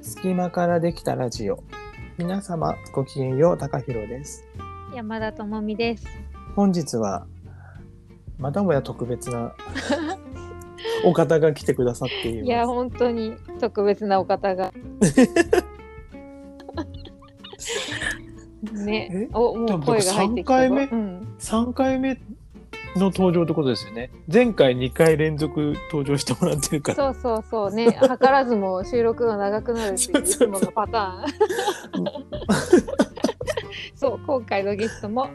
隙間からできたラジオ皆様ごきげんよう高弘です山田智美です。本日はまたもや特別 なお方が来てくださっていますいや本当に特別なお方 が。ねえ、おもう声が入ってきでもたぞ。僕3回目うん、 3回目の登場ってことですよね前回2回連続登場してもらってるからそうそうそうね、図らずも収録が長くな るっていういつものパターン。 そう今回のゲストも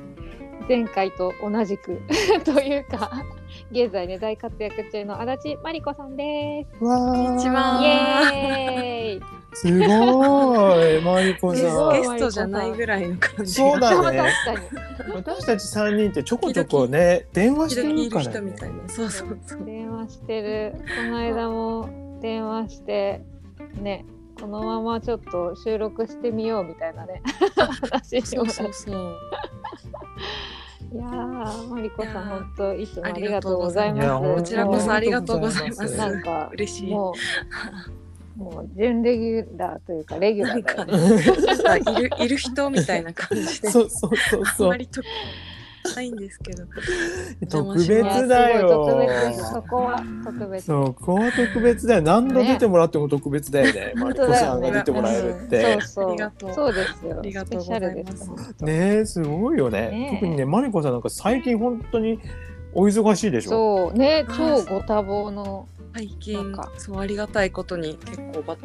前回と同じく というか現在ね大活躍中の足立真理子さんです。わーこんにちイはエーイ。すごいマリコすさごんいゲストじゃないぐらいの感じそうだ そう確 ねかに。私たち3人ってちょこちょこね電話し時て々いるから、る人みね、たいなそうそうそう電話してるこの間も電話してねこのままちょっと収録してみようみたいなね 話しそまうしたそいうそうやーマリコさんいやー本当いつもあありりががととううごござざいいまますいやこちらこそありがとうございまありすがとうなごんか嬉しいもうもう準レギュラーというかレギュラーだよねなんかいるいる人みたいな感じでそうそうそうあんそまうりとないんですけど特別だいやすごい特別そよそうこは特別こう特別だよ何度ね出てもらっても特別だよねマ本リ当コださよんねが出てもらえるっそてうそうありがとうそうですよありがとうスペごシャざいルでますす本当ねえすごいよねねえ特にねマリコさんなんか最近本当にお忙しいでしょそうねあ超ーご多忙の最なん近かそうありがたいことに結構ば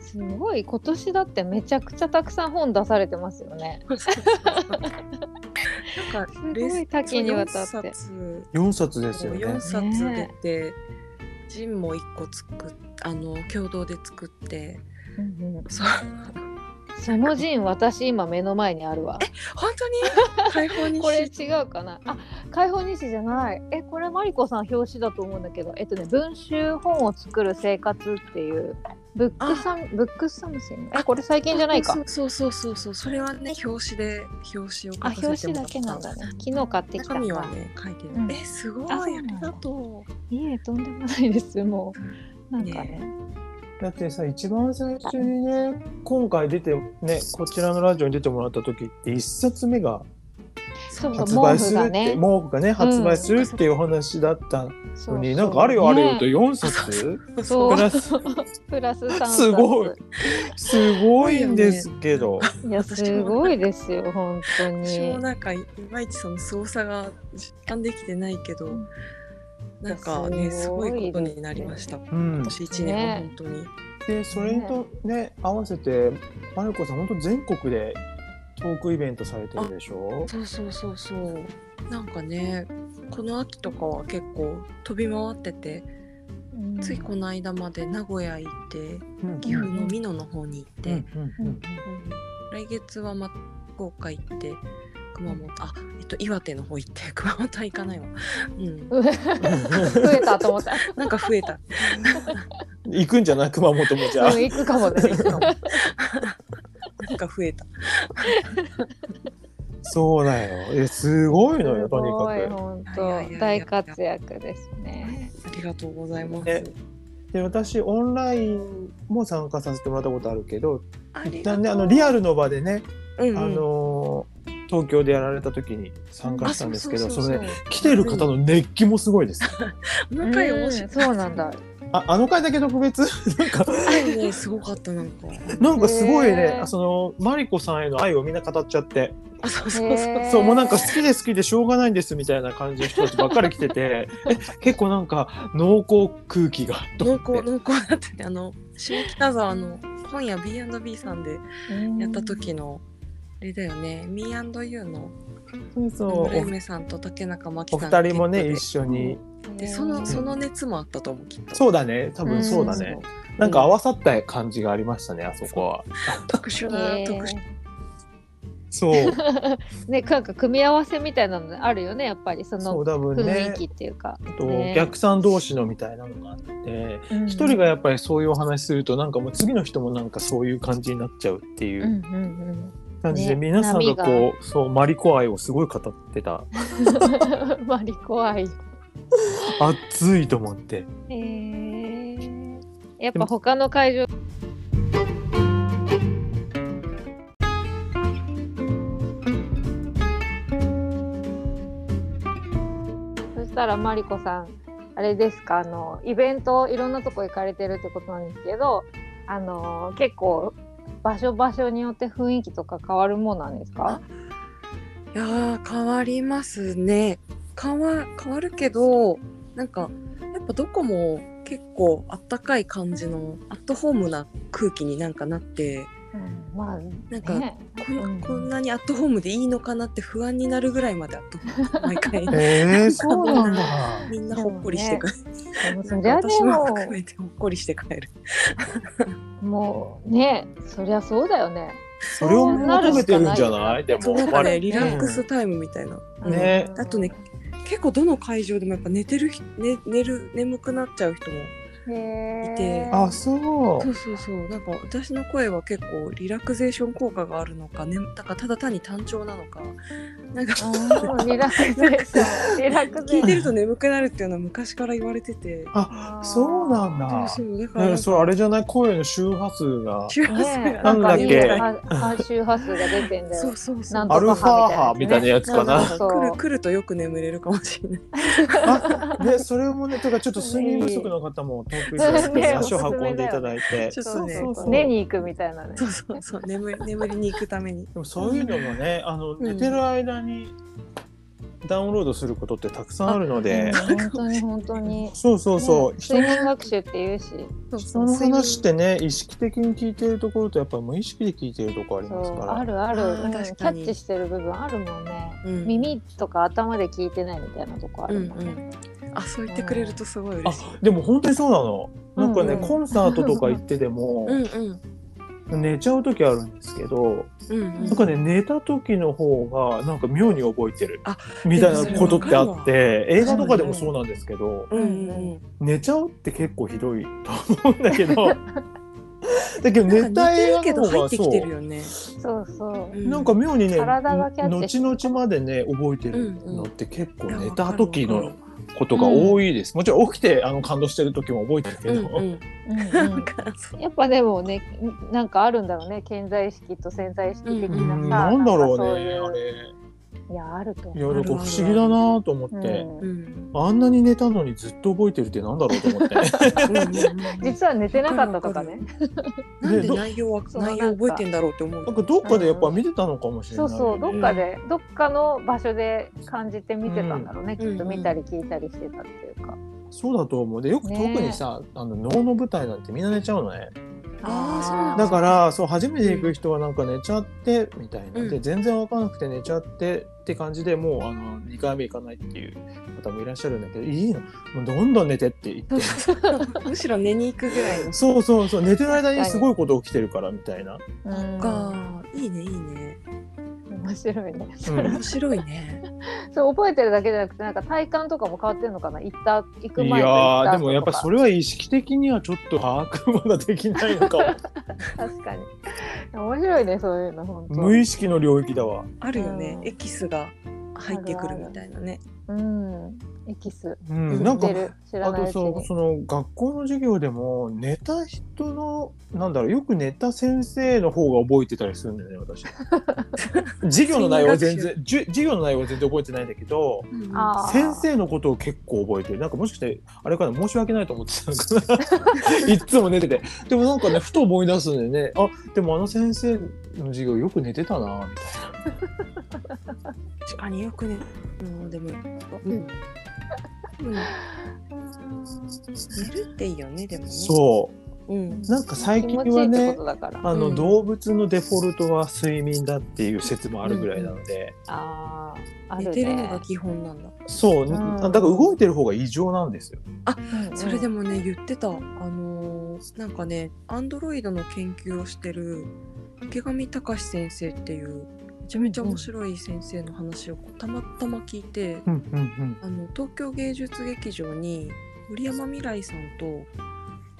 すごい今年だってめちゃくちゃたくさん本出されてますよね。すなんかごい多岐にわたって4 4冊冊ですよね4冊出ねて、ジンも1個作っあの共同で作ってそうその陣私今目の前にあるわ。本 当に解放にこれし違うかなあ解放日誌じゃない。えこれマリコさん表紙だと思うんだけどえっとね「文集本を作る生活」っていうブックサムブックサムシングえこれ最近じゃないか。そうそうそうそうそうそれはね表紙で表紙を書あかせてもら表紙だけなんだね。昨日買ってきた中か。身はね書いてない、うんえすごいああそうなんだりがとういえとんでもないですもうなんかね。だってさ一番最初にね今回出てねこちらのラジオに出てもらった時って1冊目がそうそう発売するって毛毛布がね布がね発売するっていうお話だったのそうそうに、なんかあるよあるよとね4冊そうプラスプラス3冊すごいすごいんですけど、いや私もすごいですよ本当私にも。なんかいまいちその凄さが実感できてないけど、んなんかねすすごごいいことになりました、うん今、年1年は本当に、でそれとね合わせてまるこさん本当全国でトークイベントされてるでしょそうそうそうそうなんかねこの秋とかは結構飛び回ってて、うんついこの間まで名古屋行ってうん岐阜の美濃の方に行って、うんうんうん来月はま福岡行って熊本あえっと岩手の方行って 熊本は行かないわ、うん、増えたと思 った。なんか増え た行くんじゃない熊本もじゃあうん行くかもね。なんか増えたそうだよえすごいのよとにかすごくい本いやいやい当や大活躍ですね。ありがとうございます、ねで私オンラインも参加させてもらったことあるけどあ一り旦がとうねあのリアルの場でね、うんうんあのー東京でやられた時に参加あしたそんうですそうけどそそうそのうね来てる方の熱気もすごいです。何回面白ういんそうなんだ。ああの回だけ特別 なんか愛ねすごかったなん かなんかすごいねへーそのマリコさんへの愛をみんな語っちゃって、あそうそうそうへーそうもうなんか好きで好きでしょうがないんですみたいな感じの人たちばっかり来て てえ結構なんか濃厚空気がと思濃って厚濃厚だったねあの下北沢の本屋 B&B さんでやった時のあれだよね Me&You のそうそう野村お夢さんと竹中真お希さん二人もゲねッ一ト緒にうんででそのその熱もあったと思うきっとそうだね多分そうだうねんなんか合わさった感じがありましたねあそこは特殊な、へー特殊 そうねなんか組み合わせみたいなのあるよねやっぱりそそのう多分雰囲ね気っていうか。あとねお客さん同士のみたいなのがあって一一人がやっぱりそういうお話するとなんかもう次の人もなんかそういう感じになっちゃうっていううんうんうん。感じで、ね皆さんが波こうそうマリコ愛をすごい語ってた マリコ愛。熱いと思ってえー、やっぱ他の会場したらマリコさんあれですかあのイベントいろんなとこ行かれてるってことなんですけどあの結構場所場所によって雰囲気とか変わるもんなんですかいやー変わりますね変わ変わるけどなんかやっぱどこも結構あったかい感じのアットホームな空気になんかなってうんまあなんかねこん,、うんこんなにアットホームでいいのかなって不安になるぐらいまでアットホ ーム毎回えー、そうなんだ。みんなほっこりして帰る、でもそなんりかゃで私もも含めてほっこりして帰るもうねそりゃそうだよね。それを求めてるんじゃないでそうも、なんかねリラックスうんタイムみたいな、うんねうんあとね、結構どの会場でもやっぱ寝てる人、ね、寝る眠くなっちゃう人もいいてあ、そそうそうそうなんか私の声は結構リラクゼーション効果があるのか,、ね、だからただ単に単調なのかなんかリラクゼーション、リラクゼー聞いシてると眠くなるっていうのは昔から言われててあ、そうなんだ。そうそうだからなんね、かそれあれじゃない声の周波数が。周ョン。波数ねが、なんだっけ今はは周波数が出てんだそよう。そうそうなんアとルかファ波波みみたいたいななやつかなんな。か来る来るとよく眠れるかもしれないあで、それもね、とかちょっと睡眠不足の方も、東京に足を運んでいただいて。ちょっそとうねそうそう。寝に行くみたいなね。そうそうそう眠り眠りに行くためにでもそういうのもね、あの、ん寝てる間にダウンロードすることってたくさんあるので、本当に本当に。そうそうそう、ね人睡眠学習って言うし。そう人の話ってね、意識的に聞いてるところとやっぱ無意識で聞いてるところありそますうから。あるある、あーうんキャ確かにッチしてる部分あるもんね、うん耳とか頭で聞いてないみたいなとこあうるんもんね、うんあそう言ってくれるとすごい嬉あしい、でも本当にそうなの。なんかね、うんうんコンサートとか行ってでもうんうん寝ちゃう時あるんですけど、うんうんなんかね寝た時の方がなんか妙に覚えてるあみたいなことってあでもっそて映画とかでもそうなんですけど、うんうんうん寝ちゃうって結構ひどいと思うんだけどだけど寝た映なんか寝て画るけのど方入がってそきてるうよね。そうそううなんか妙にね体がキャッチして後々までね覚えてるのって結構うん寝た時いやわのかことが多いです、もちろん起きてあの感動してる時も覚えてるけうんど、うん、うんうんなんかそうやっぱでもねなんかあるんだろうね潜在意識と潜在意識的うなさ、んうなんんだろうねなんかそういうあれいやあるとい思やうなんか不思議だなと思って、うん うんあんなに寝たのにずっと覚えてるってなんだろうと 思って。実は寝てなかったとかねなんで内容はそう内容覚えてんだろうって思うなん。かどっかでやっぱ見てたのかもしれそなうい、そうどっかでどっかの場所で感じて見てたんだろうね、うんきっと見たり聞いたりしてたっていうか、そうだと思うでよく特ねえにさ、あの能の舞台なんてみんな寝ちゃうのねあーそうなんだからそう初めて行く人はなんか寝ちゃってみたいな、うんで全然分からなくて寝ちゃってって感じでもうあの2回目行かないっていう方もいらっしゃるんだけどいいのもうどんどん寝てって言ってむしろ寝に行くぐらいの。そうそうそう寝てる間にすごいこと起きてるからみたいなうなんん、かいいねいいね。面白いね、うん面白いね。そう覚えてるだけじゃなくてなんか体感とかも変わってるのかな行った行くい前とや行ったー後でもやっぱりそれれは意識的にはちょっと把握まだできないの かも確かに面白いねそういうの本当 無意識の領域だわあるよねう。んエキスが入ってくるみたいなね。うんエキスうん、な知んっかてる知らあないうとちそうにその学校の授業でも寝た人のなんだろうよく寝た先生の方が覚えてたりするんだよね 私授業の内容は全然じゅ授業の内容は全然覚えてないんだけどあー先生のことを結構覚えてるなんかもしかしてあれかな申し訳ないと思ってたのか ないっつも寝ててでもなんかねふと思い出すんだよねあでもあの先生の授業よく寝てたなみたい確かによくね。うんでもうんうん寝るっていいよねでもなね。。そううん。なんか最近はね気持ちいいってことだからうあの、うん動物のデフォルトは睡眠だっていう説もあるぐらいなので。あーあ寝るてるのねが基本なんだ。そう、んだから動いてる方が異常なんですよ。それでももね言ってたあのーなんかねアンドロイドの研究をしてる池上隆先生っていうめちゃめちゃ面白い先生の話をこうたまたま聞いて、うんうんあの東京芸術劇場に森山未来さんと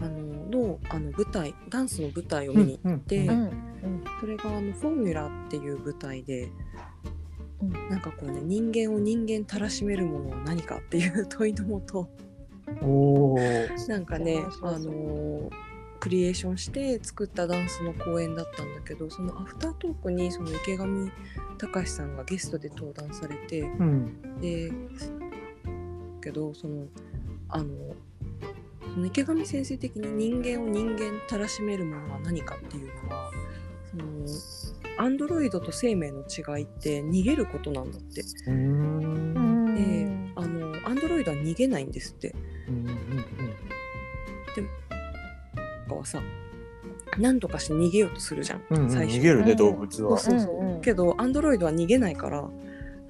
あののあの舞台ダンスの舞台を見に、うんでうんそれがあの「フォーミュラ」っていう舞台で、うんなんかこうね人間を人間たらしめるものは何かっていう問いのもとおお。なんかね面白、そうあのークリエーションして作ったダンスの公演だったんだけどそのアフタートークにその池上隆さんがゲストで登壇されてうん。でけどそのあのその池上先生的に人間を人間たらしめるものは何かっていうのはそのアンドロイドと生命の違いって逃げることなんだってうーんううんんあのアンドロイドは逃げないんですってうんとかはさ何とかして逃げようとするじゃん、うんうん最初逃げるねうん動物そうはそうそう、うんうんけどアンドロイドは逃げないからは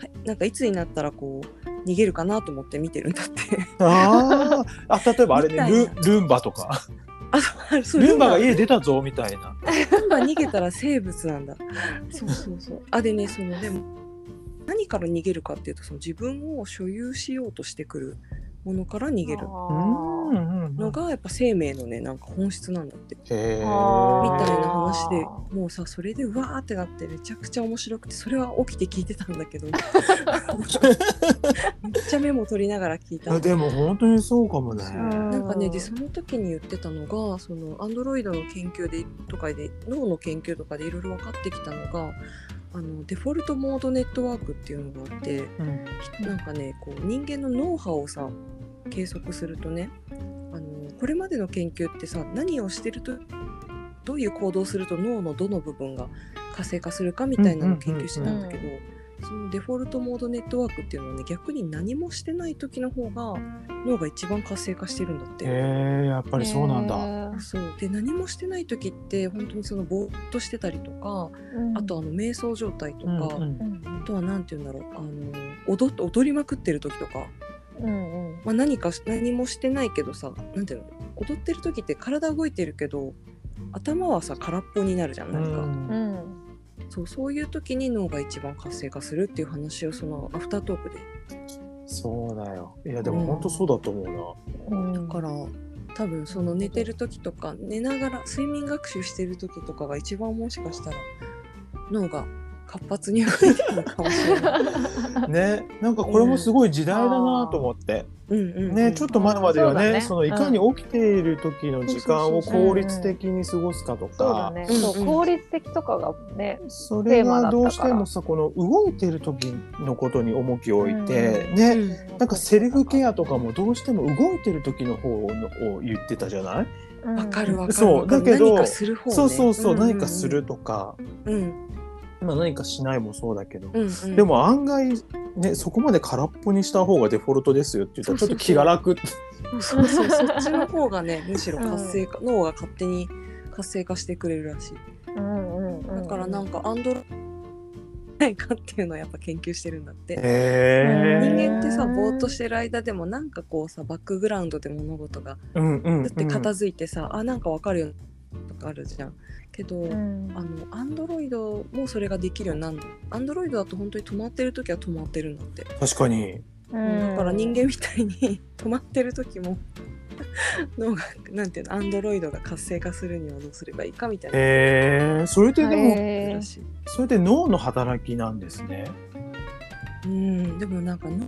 いなんかいつになったらこう逃げるかなと思って見てるんだって あーあ例えばあれみたねいルなルンバとかあそうルンバがル家出たぞみたいなンバ逃げたら生物なんだそうそうそうあでねそのでも何から逃げるかっていうとその自分を所有しようとしてくるものから逃げるうんうんうんのがやっぱ生命のねなんか本質なんだってへあみーたいーな話であもうさそれでうわーってなってめちゃくちゃ面白くてそれは起きて聞いてたんだけど めっちゃメモ取りながら聞いたあでも本当にそうかもねうんなんかねでその時に言ってたのがそのアンドロイドの研究でとかで脳の研究とかでいろいろ分かってきたのがあのデフォルトモードネットワークっていうのがあってうんなんかねこう人間の脳波をさ計測するとねあのこれまでの研究ってさ何をしてるとどういう行動をすると脳のどの部分が活性化するかみたいなのを研究してたんだけど、そのデフォルトモードネットワークっていうのはね逆に何もしてない時の方が脳が一番活性化してるんだって。へえやっぱりそうなんだだそうで何もしてない時って本当にそのぼーっとしてたりとか、あとあの瞑想状態とか、うんうんあとは何て言うんだろうあの踊っ踊りまくってる時とか、うんうんまあ、何かし何もしてないけどさ何ていうの踊ってる時って体動いてるけど頭はさ空っぽになるじゃんなんか、うんうんそうそういう時に脳が一番活性化するっていう話をそのアフタートークでそうだよいやでも本当そうだと思うなうんだから多分その寝てる時とか寝ながら睡眠学習してる時とかが一番もしかしたら脳が活発に動いてるのかもし れない。ね、なんかこれもすごい時代だなと思って、うんうんうんね、ちょっと前まではあーそうねだねそのいかに起きている時の時間をそうそうそうそう効率的に過ごすかと そうだか、ね、うんうんそう効率的とかがねそテれーマだがったからどうしてもさこの動いてる時のことに重きを置いて、うんね、うんなんかセルフケアとかもどうしても動いてる時の方を言ってたじゃない、わかるわかる。そうだけど何かする方、ね、そうそうそう、んんん何かする。とか、うんまあ、何かしないもそうだけど、うんうん、でも案外ねそこまで空っぽにした方がデフォルトですよって言ったらちょっと気が楽ってそうそうそっちの方がねむしろ活性化、脳が勝手に活性化してくれるらしい。うんうんうんだからなんかアンドロないかっていうのをやっぱ研究してるんだって。へ人ー間ってさぼーっとしてる間でもなんかこうさバックグラウンドで物事がうんうんうんだって片付いてさ、あなんかわかるよとかあるじゃんけど、うんあのアンドロイドもそれができるようになるアンドロイドだと本当に止まってる時は止まってるんだって、確かにうんだから人間みたいに 止まってる時も脳がなんていうのアンドロイドが活性化するにはどうすればいいかみたいなへえそれででもへらーしい、それで脳の働きなんですねうんでもなんかの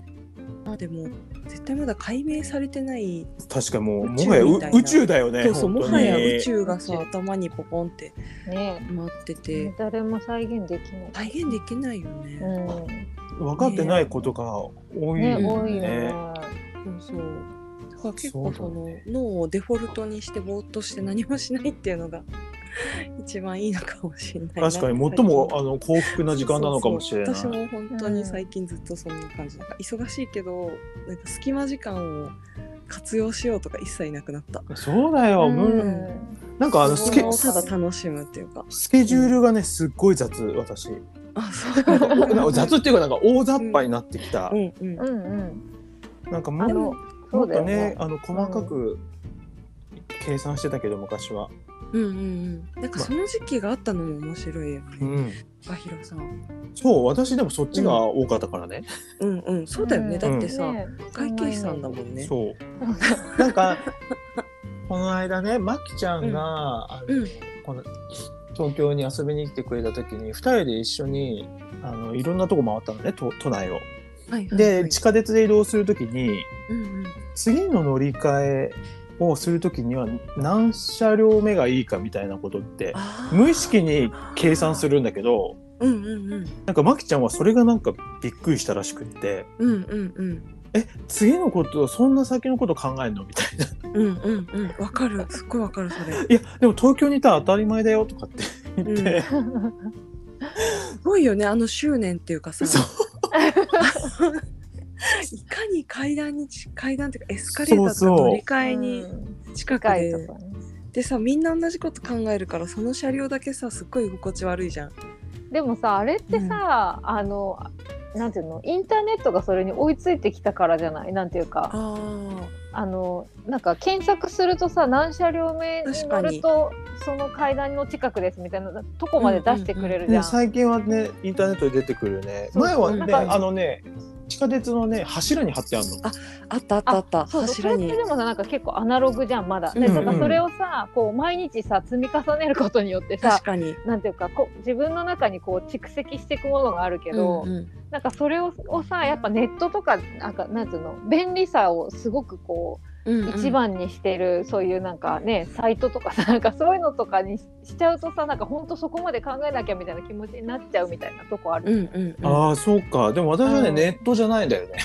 まあでも絶対まだ解明されてない確かにもう宇宙もはやうみたいな宇宙だよねそうそうも本当にはや宇宙がさ頭にポコンってね回ってて誰も再現できない再現できないよね。う分かってないことが多んいねよ多いねよねそうそうだから結構そそうのだね脳をデフォルトにしてぼーっとして何もしないっていうのが一番いいのかもしれないなって確かに最も最近あの幸福な時間なのかもしれないそうそうそう私も本当に最近ずっとそんな感じだから忙しいけどなんか隙間時間を活用しようとか一切なくなったそうだよ、もううんなんかあのスそケのただ楽しむっていうかスケジュールがねすっごい雑私あそうなんかおなんか雑っていうかなんか大雑把になってきた う、んうんうんうんなんかもあうのもそっうだよとねねあの細かく計算してたけど昔は、うんうんうんなんかその時期があったのも面白いよね、うん、あひろさんそう私でもそっちが多かったからね、うんうんそうだよね、んだってさ、ね会計士さんだもんねそう なんかこの間ねまきちゃんが、あのうんこの東京に遊びに来てくれた時に2人で一緒にあのいろんなとこ回ったのね都都内を。はいはいはでい地下鉄で移動する時にうんうん次の乗り換えをする時には何車両目がいいかみたいなことって無意識に計算する。るんだけどうんうんうんなんかまきちゃんはそれがなんかびっくりしたらしくってうんうんうん。え次のことそんな先のこと考えんのみたいなうんうんうんわかるすっごいわかるそ れいやでも東京にいたら当たり前だよとかって言って、すごいよねあの執念っていうかさそいかに階段にち階段っていうかエスカレーターとか乗り換えに近く深でいとかねでさみんな同じこと考えるからその車両だけさすっごい居心地悪いじゃんでもさあれってさ、あのなんていうのインターネットがそれに追いついてきたからじゃないなんていうかああのなんか検索するとさ何車両目に乗るとその階段の近くですみたいなとこまで出してくれるじねゃん。最近はねインターネットで出てくるねそう前はうねんあのね地下鉄のね柱に貼ってあるのあったあったあったそうそれ柱ってにでもさなんか結構アナログじゃんまだ。でうんだからそれをさこう毎日さ積み重ねることによってさ確かになんていうかこう自分の中にこう蓄積していくものがあるけど、うんうんなんかそれををさやっぱネットとかなんかなんていうの便利さをすごくこううんうん一番にしてるそういうなんかねサイトとかさ なんかそういうのとかにししちゃうとさなんかほんとそこまで考えなきゃみたいな気持ちになっちゃうみたいなとこあうんる。うんうんああそうかでも私はね、うんネットじゃないんだよね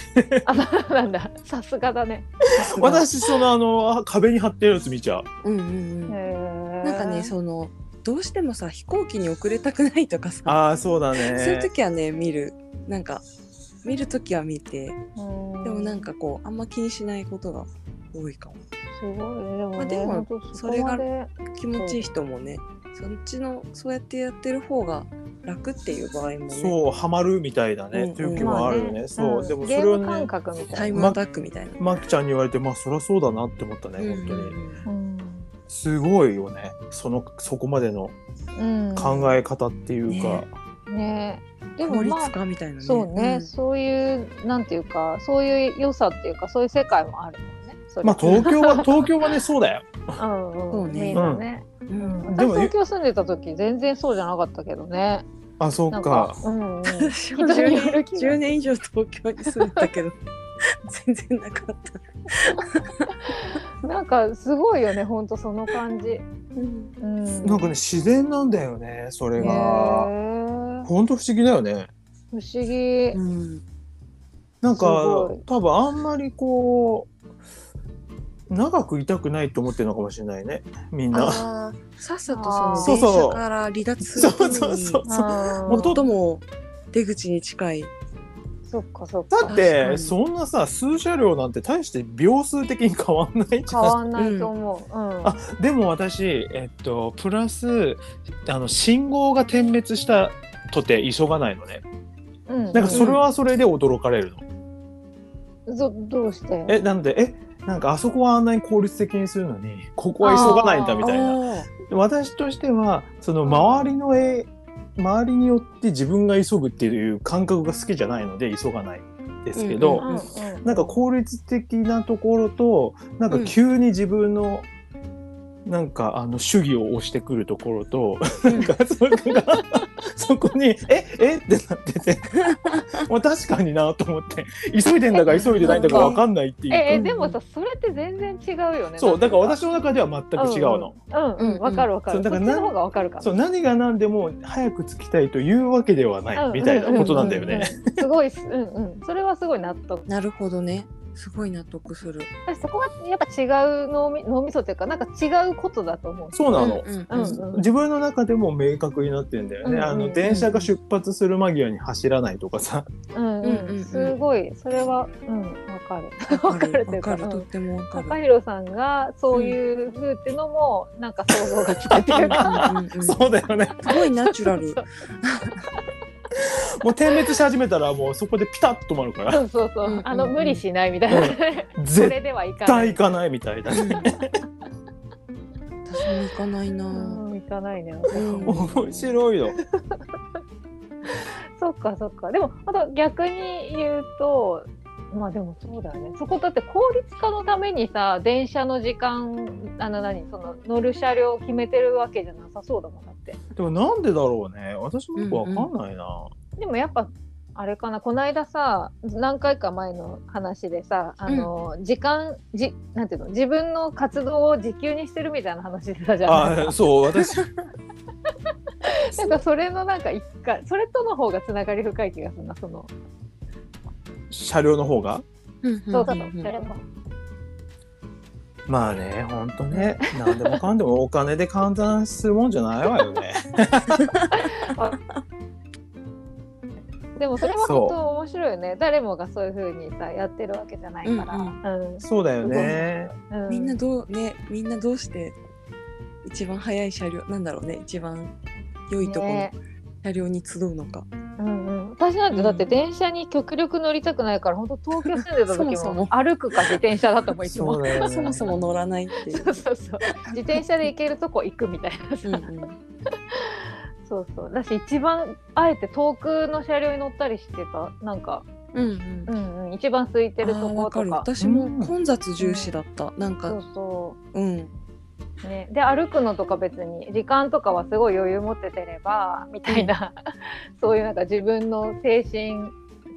あそうなんださすがだね。すごい私そのあのあ壁に貼ってるやつ見ちゃううんうんうんななんかねそのどうしてもさ飛行機に遅れたくないとかさああそうだねそういう時はね見るなんか見る時は見てでもなんかこうあんま気にしないことが多いかもすごいねでもまあねでもほんとそこまで気持ちいい人もねそっちのそうやってやってる方が楽っていう場合もねそうハマるみたいなうんねうん時もあるよね、そう、んでもそゲれーをム感ね覚みたタいイな。ムアタックみたいな、マキちゃんに言われてまあそりゃそうだなって思ったねう本ん当にうんすごいよねそのそこまでのうん考え方っていうか、ねねで効もま率あ化みたいなねそうね、そういうなんていうかそういう良さっていうかそういう世界もあるもんね。それまあ東京は東京はねそうだようんそそううねね。みんなね。うんううんん、で私も東京住んでた時全然そうじゃなかったけどね。あそうなかんか、うんうん、私も人によ10る年気が10年以上東京に住んでたけど 全然なかった、なんかすごいよね、本当その感じ。うん、なんかね自然なんだよねそれへがーほんと不思議だよね不思議。うんなんかすごい多分あんまりこう長くいたくないと思ってるのかもしれないねみんなあーさっさとあーそのそうそ電う車から離脱するためにそうそうそうあもっーと最も出口に近いそっかそっだか。っ確かてにそんなさ数車両なんて大して秒数的に変わんないじゃ変んわんないと思う。うん。あでも私えっとプラスあの信号が点滅したとて急がないのねうん、なんかそれはそれで驚かれるの、どどうして？えなんでえなんかあそこはあんなに効率的にするのにここは急がないんだみたいなあ私としてはその周りの絵周りによって自分が急ぐっていう感覚が好きじゃないので急がないですけど、うんうんなんか効率的なところとなんか急に自分の、なんかあの主義を押してくるところと、うんなんかそこがそこに「ええっ?」てなっててもう確かになと思って急いでんだか急いでないんだか分かんないっていうかええでもさそれって全然違うよね。そうだからなん私の中では全く違うの。か。うんうんわかるわかそうだる。かそっらちなの方がわかるかも。そう何が何でも早く着きたいというわけではないみたいなことなんだよね。うんうんうん。すごいす、うんうん、それはすごい納得。ーなるほどねすごい納得する私そこがやっぱ違う脳み脳みそというかなんか違うことだと思う。そうなの、うんうんうんうん自分の中でも明確になってんだよね、うんあうのん電車が出発する間際に走らないとかさ、うんうんうんううんん、すごいそれはうんわかる。わわかかるるわかるわかとるってもわかる高弘さんがそういう風ってのもなんか想像がつくっていうか。うんうんうんすそうだよねごいナチュラルもう点滅し始めたらもうそこでピタッと止まるかそらうそうそう、うんうんうんあの無理しないみたいな、うん そ絶れではいかない対行かないみたいな、うん私も行かないな、うんいかないねうん面白いのそっかそっかでもあと逆に言うとまあでもそうだよねそこだって効率化のためにさ電車の時間あの何その乗る車両を決めてるわけじゃなさそうだもんだってでもなんでだろうね私もよくわかんないな、でもやっぱあれかなこの間さ何回か前の話でさあの、時間じなんていうの自分の活動を時給にしてるみたいな話してたじゃないあそう私 なんかそれのなんか一回それとの方がつながり深い気がするなその車両の方がうんそううだんとうんそれもまあね、ほんとね、何でもかんでもお金で換算するもんじゃないわよね。でもそれはそう本当面白いよね誰もがそういう風にさやってるわけじゃないから、うんうんそうだよね。うみんなどうねみんなどうして一番早い車両なんだろうね一番良いとこのね車両に集うのか、うんうん、私なんてだって電車に極力乗りたくないから、本当東京住んでた時もそもそも歩くか自転車だと思いつそもうだよ そもね。そも乗らないっていうそうそうそう自転車で行けるとこ行くみたいなさ、うんうんそうそうだし一番あえて遠くの車両に乗ったりしてたなんか、うんうんうんうん、一番空いてるとあーこわかとるか私も混雑重視だった、なんそうかそうんう、ね、で歩くのとか別に時間とかはすごい余裕持っててればみたいな、 そういうなんか自分の精神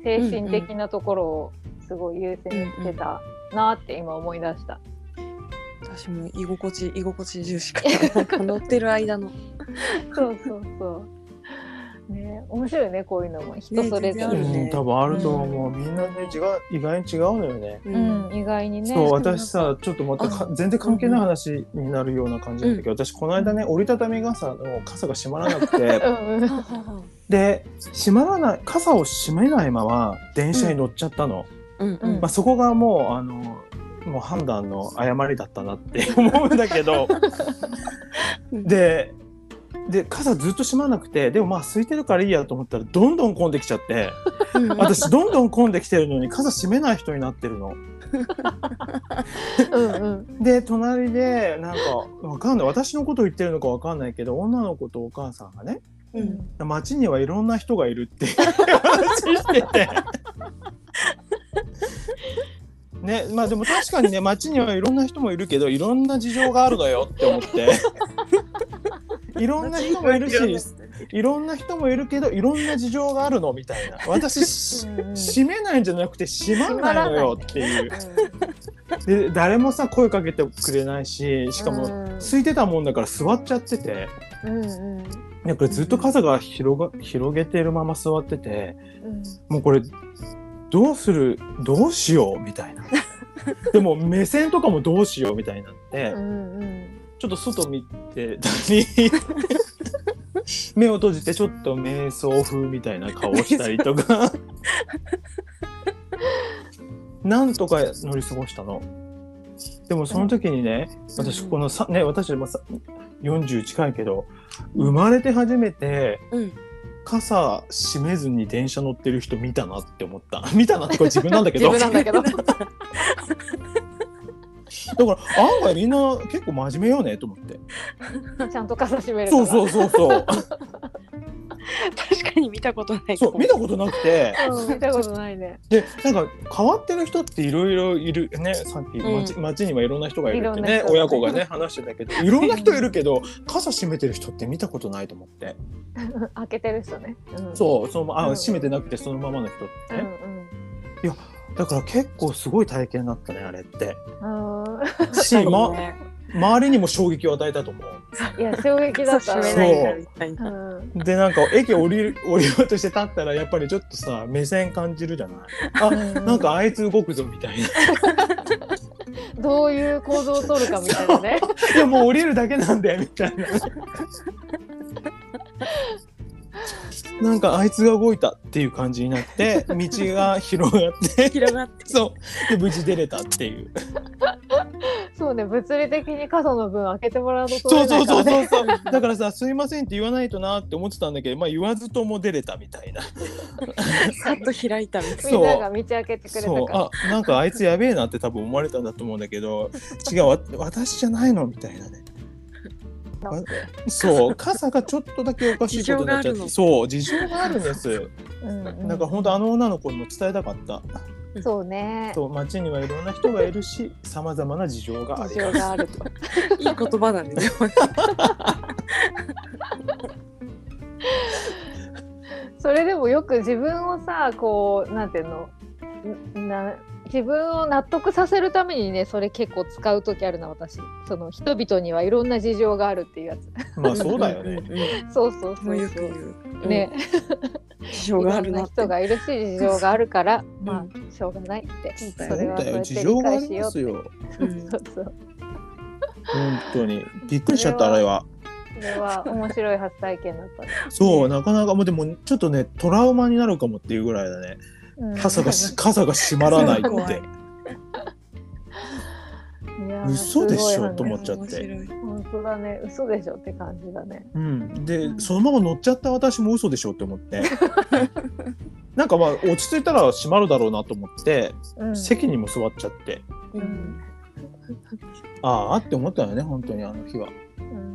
精神的なところをすごい優先してたなって今思い出した。私も居心地居心地重視かななんか乗ってる間のそうそうそう。 ね、面白いね、こういうのも、人それぞ全然あれ。るねうん、多分あると思う。みんなね、違う、意外に違うのよね。ううん、意外にね。そう、なんか私さ、ちょっとまたか全然関係ない話になるような感じなんだけど、私この間ね、折りたたみ傘の傘が閉まらなくて、うんうんはあはあはあで、閉まらない、傘を閉めないまま電車に乗っちゃったの。うんうんまあ、そこがもうあのもう判断の誤りだったなって 思うんだけどでで傘ずっと閉まらなくてでもまあ空いてるからいいやと思ったらどんどん混んできちゃってうんうん私どんどん混んできてるのに傘閉めない人になってるの。うんうん。で隣でなんかわかんない私のこと言ってるのかわかんないけど女の子とお母さんがねうん街にはいろんな人がいるっていう 話してて。ね、まあでも確かにね街にはいろんな人もいるけどいろんな事情があるのよって思っていろんな人もいるしいろんな人もいるけどいろんな事情があるのみたいな私しうんうん閉めないんじゃなくて閉まんないのよっていうで誰もさ声かけてくれないししかも空いてたもんだから座っちゃっててうんうんなんかずっと傘が広が広げてるまま座っててもうこれどうするどうしようみたいなでも目線とかもどうしようみたいになって、うんうんちょっと外見てたり目を閉じてちょっと瞑想風みたいな顔をしたりとかなんとか乗り過ごしたのでもその時にね私このさね私もさ40近いけど生まれて初めてうん傘閉めずに電車乗ってる人見たなって思った見たなってこれ自分なんだけ自ど分なんだけど。だから案外みんな結構真面目よねと思ってちゃんと傘閉めるから。。そうそううそう そう 確かに見たことないそう見たことなくてうん、見たことないね。でなんか変わってる人っていろいろいるねさっきうん街,、街にはいろんな人がいるっていねろんな人が親子がね話してた けどいろんな人いるけど傘閉めてる人って見たことないと思って開けてる人ね。うんそうそのあうん閉めてなくてそのままの人ってうんうね、ん。だから結構すごい体験だったねあれ ってうんし、まね周りにも衝撃を与えたと思ういや、衝撃だった閉わ。めないからみたいなうんでなんか駅降りる 降りようとして立ったらやっぱりちょっとさ目線感じるじゃないあなんかあいつ動くぞみたいなどういう行動を取るかみたいなね。いや もう降りるだけなんだよみたいな。 なんかあいつが動いたっていう感じになって道が広がって広がってそうで無事出れたっていうそうね、物理的に傘の分開けてもらうとそ取うれなそういかそらうそね。うそう だからさ「すいません」って言わないとなって思ってたんだけど、まあ、言わずとも出れたみたいなさっと開いたみたいそうみんなが道開けてくれそうたから。あなんかあいつやべえなって多分思われたんだと思うんだけど違うわ私じゃないのみたいなねわそう傘がちょっとだけおかしいことになっちゃっ事情があるのてそう事情があるんですうんうなんか本当あの女の子にも伝えたかった。そうね。そう街にはいろんな人がいる し、さまざまな事情があ事り情ます。があると。いい言葉なんですよそれでもよく自分をさこうなんていうのな自分を納得させるためにねそれ結構使う時あるな私その人々にはいろんな事情があるっていうやつまあそうだよね。ね。そうそうもそううよくそ言うう。ね、うん。事情いろがあるんななって人。がいるし事情があるから、んまあしょうがないってそうだそようれはそだうやよって事理情があ解りしよまうすよ。うんそうそう本当にびっくりしちゃったあれは。それは面白い初体験だったね、そうなかなかもうでもちょっとねトラウマになるかもっていうぐらいだね。うん、傘がし傘が閉まらない そっう怖てい。いやー嘘でしょすごい話と思っちゃって面白い本当だね嘘でしょって感じだねうん、でそのまま乗っちゃった私も嘘でしょって思 って。なんかまあ落ち着いたら閉まるだろうなと思って、うん席にも座っちゃってうんああって思ったよね本当にあの日は。うん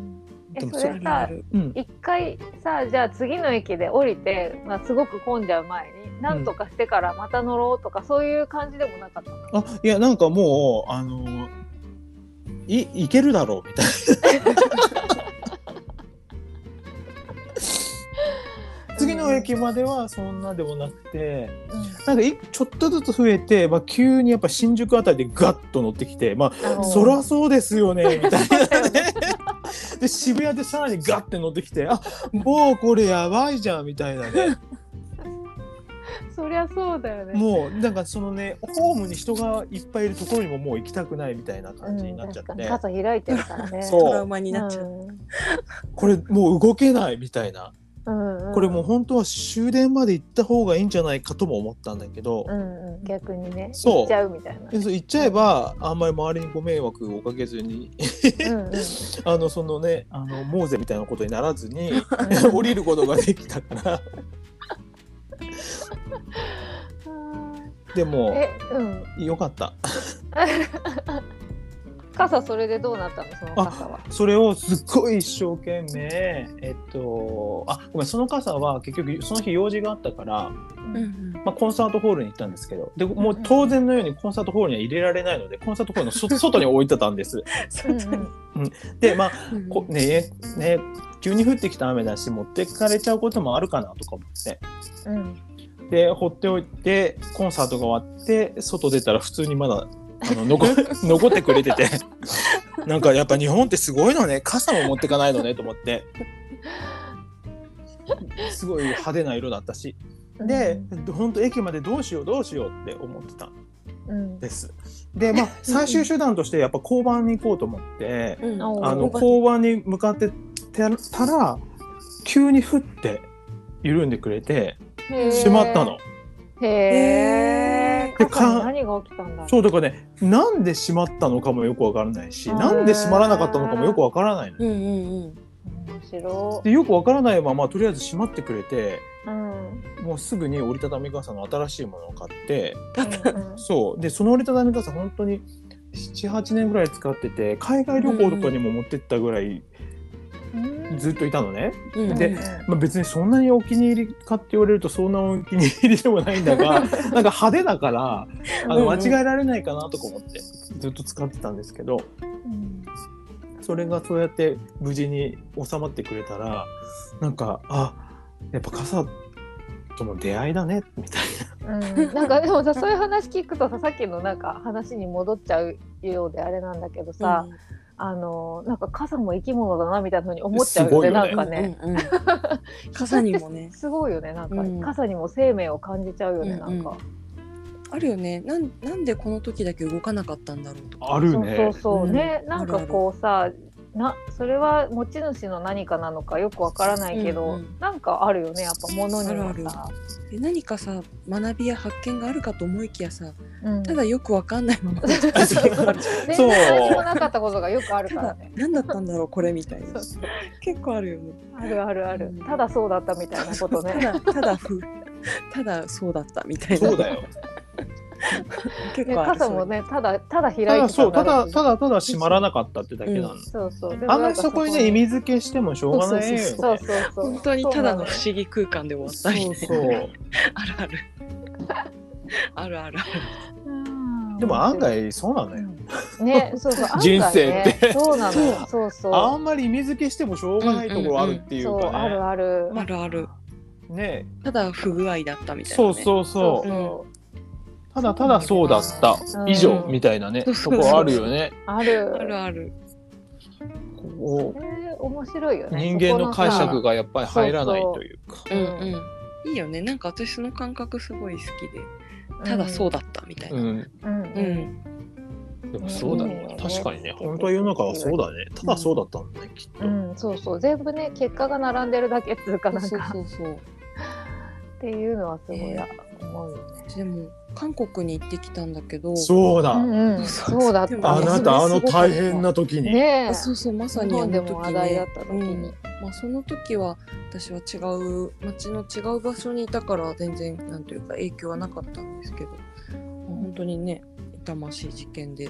えでもそれさあるあるうん、一回さじゃあ次の駅で降りて、まあ、すごく混んじゃう前になんとかしてからまた乗ろうとか、そういう感じでもなかったのあいやなんかもうあのいいけるだろうみたい な次の駅まではそんなでもなくてなんかいちょっとずつ増えて、まあ、急にやっぱ新宿あたりでガッと乗ってきてまあのあそらそうですよねみたいなねで渋谷でさらにガッて乗ってきてあもうこれやばいじゃんみたいなね そりゃそうだよねもうなんかそのねホームに人がいっぱいいるところにももう行きたくないみたいな感じになっちゃって、うん、確かに傘開いてるから ねそうトラウマになっちゃう。これもう動けないみたいな、うんうん、これもう本当は終電まで行った方がいいんじゃないかとも思ったんだけど、うんうん、逆にねそう行っちゃうみたい なえそう行っちゃえばあんまり周りにご迷惑をかけずに うんうんあのそのねあのモーゼみたいなことにならずに 降りることができたからでもえうんよかった傘それでどうなったのその傘はそれをすっごい一生懸命えっとあごめんその傘は結局その日用事があったから、うんうんまあ、コンサートホールに行ったんですけどでもう当然のようにコンサートホールには入れられないのでコンサートホールのそ外に置いてたん です。そうだねでまあうんこねね急に降ってきた雨だし持ってかれちゃうこともあるかなとか思ってうんうんで放っておいてコンサートが終わって外出たら普通にまだあの残残ってくれててなんかやっぱ日本ってすごいのね傘も持ってかないのねと思ってすごい派手な色だったしで本当駅までどうしようどうしようって思ってたんうんですでまあ最終手段としてやっぱ交番に行こうと思ってうんおあの交交番に向かってたら急に降って緩んでくれてへーしまったの。へえへーで傘にか何が起きたんだろうそうだからねなんで閉まったのかもよくわからないしうんなんで閉まらなかったのかもよくわからないのうんうんうん。面白いでよくわからないままとりあえず閉まってくれてうんもうすぐに折りたたみ傘の新しいものを買ってうんそうでその折りたたみ傘本当に78年ぐらい使ってて海外旅行とかにも持ってったぐらいうんずっといたのね、うんでうんまあ、別にそんなにお気に入りかって言われるとそんなお気に入りでもないんだ がなんか派手だからあの間違えられないかなとか思ってずっと使ってたんですけど。うんそれがそうやって無事に収まってくれたらなんかあやっぱ傘との出会いだねみたいうんなんかでもさそういう話聞くとささっきのなんか話に戻っちゃうようであれなんだけどさ、あのなんか傘も生き物だなみたいなふうに思っちゃうよねすごいよなねんかね、うんうんうん。 傘にもね。すごいよねなんか、うん傘にも生命を感じちゃうよね、なんかあるよね。なんなんでこの時だけ動かなかったんだろうとか。なあるそうそうそううんね、なんかこうさなそれは持ち主の何かなのかよくわからないけど、うんうんなんかあるよねやっぱ物にはさ、で何かさ学びや発見があるかと思いきやさ、うん ただよくわかんないまま。な。そう全そう然何もなかったことがよくあるたからだね何だったんだろうこれみたいな。結構あるよね。あるあるある、うんただそうだったみたいなことね ただただふただそうだったみたいな。そうだよ。結ね構ある。傘もねただただ開いてただそうだただろうしただただ閉まらなかったってだけなの。そうそうでもあんまなんりかそこにね意味付けしてもしょうがないよね。そうそうそう本当にただの不そう思議空間で終わったり、そうね、そう。ある あるあるあるなのでも案外そうなのよ。ね、そうそう、 人生って案外ねそうなのよ。そうあそんまり意味付けしてもしょうがないところあるってう。いそうう、あかるね。ある。あるあるね。ただ不具合だったみたいな、そね、うそうそうう。ただただそうだったうん以上みたいなね、うんとこあるよね。あるあるある。こえー面白いようね人間の解そこ釈さがやっぱり入らないというか。うんうん。いいよね。なんか私その感覚すごい好きで、ただそうだったみたいな。うん、うんううんん。でもそうだいいねよね確かにね本当は世の中はそうだねただそうだったんだねきっと、うん、そうそう全部ね結果が並んでるだけっていうかなんそうかそうそう。っていうのはすごいね思うよね。でも韓国に行ってきたんだけど、そうだ、うんうん、そうそうだっでもたあね。なたあの大変な時に、ねえそうそうまさに日あ本でのも時話に、題だった時に、うんまあ、その時は私は違う町の違う場所にいたから全然なんというか影響はなかったんですけど、まあ本当にね痛ましい事件で、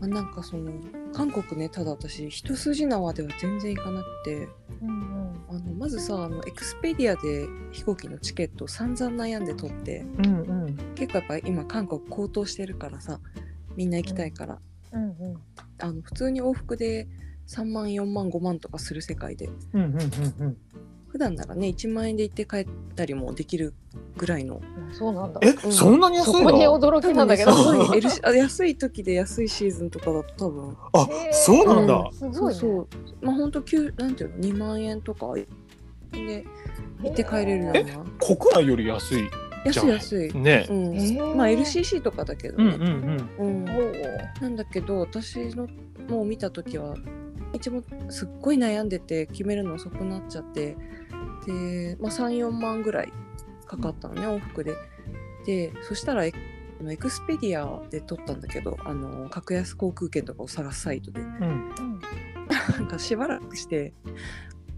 まあ、なんかその韓国ねただ私一筋縄では全然行かなくてうんあのまずさあのエクスペディアで飛行機のチケットを散々悩んで取ってうんうん、結構やっぱり今韓国高騰してるからさみんな行きたいから、うんうんあの普通に往復で3万4万5万とかする世界でうんうんうんうん普段ならね1万円で行って帰ったりもできるぐらいのうん、そうなんだ。え、んそんなに安いここにの驚きなんだけど。多 分ねすごえい L あ安い時で安いシーズンとかだと多分あそうなんだ、すごい、ね。そうそうまあほんと9なんていうの2万円とかで行って帰れるよえうな国内より安いじゃ安んい安い、ねうへーん、まあ LCC とかだけどうんうね、んうんおうなんだけど私のもう見た時は一番すっごい悩んでて決めるの遅くなっちゃってで、まあ、34万ぐらいかかったのね往復ででそしたらエあのエクスペディアで取ったんだけどあの格安航空券とかを探すサイトで うんうんうんなんかしばらくして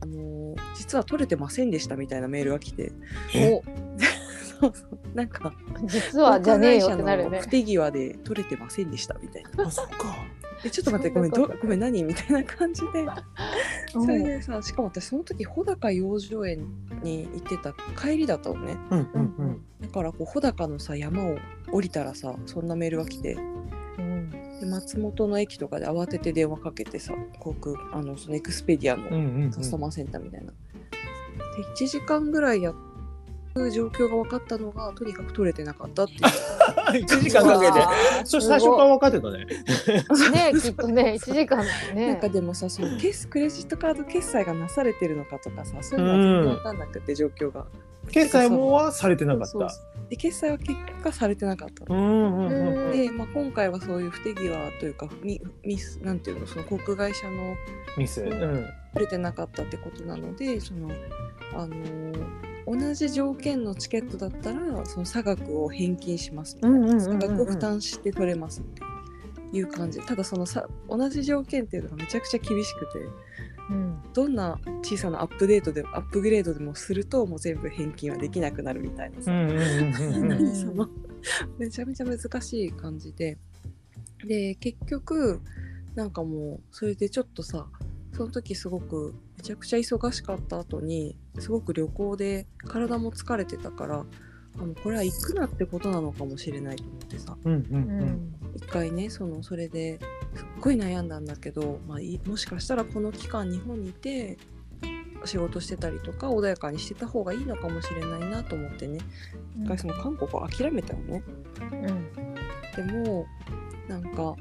あの実は取れてませんでしたみたいなメールが来てえおそうそうなんか実はじゃねえよってなるよ航空会社のね。不手際で取れてませんでしたみたいなあそっかえちょっと待ってごめんどごめん何みたいな感じでそれでさしかも私その時穂高養生園に行ってた帰りだったのねうんうんだからこう穂高のさ山を降りたらさそんなメールが来てうんで松本の駅とかで慌てて電話かけてさ航空あのそのエクスペディアうんうのんうんカスタマーセンターみたいな、で1時間ぐらいやっ状況が分かったのがとにかく取れてなかったっていう一時間かけてそれ最初から分かってたねねきっとね一時間だよなんねか。でもさその決すクレジットカード決済がなされてるのかとかさそういうのは全然分かんなくて状況が。決済もはされてなかっそうたそうで決済は結果されてなかったの。うんうんうんうんで、まあ、今回はそういう不手際というかミミスなんていうのその航空会社のミスうん取れてなかったってことなのでそのあのー同じ条件のチケットだったらその差額を返金しますみたいうんうんうんうなんう差ん額を負担して取れますっていう感じただそのさ同じ条件っていうのがめちゃくちゃ厳しくてうんどんな小さなアップデートでアップグレードでもするともう全部返金はできなくなるみたいなうさ、んうんうんうん何その めちゃめちゃ難しい感じでで結局なんかもうそれでちょっとさその時すごくめちゃくちゃ忙しかった後にすごく旅行で体も疲れてたからあのこれは行くなってことなのかもしれないと思ってさうんうううんんん一回ねそのそれですっごい悩んだんだけど、まあ、いもしかしたらこの期間日本にいて仕事してたりとか穏やかにしてた方がいいのかもしれないなと思ってね一回その韓国を諦めたのね。うんでもなんか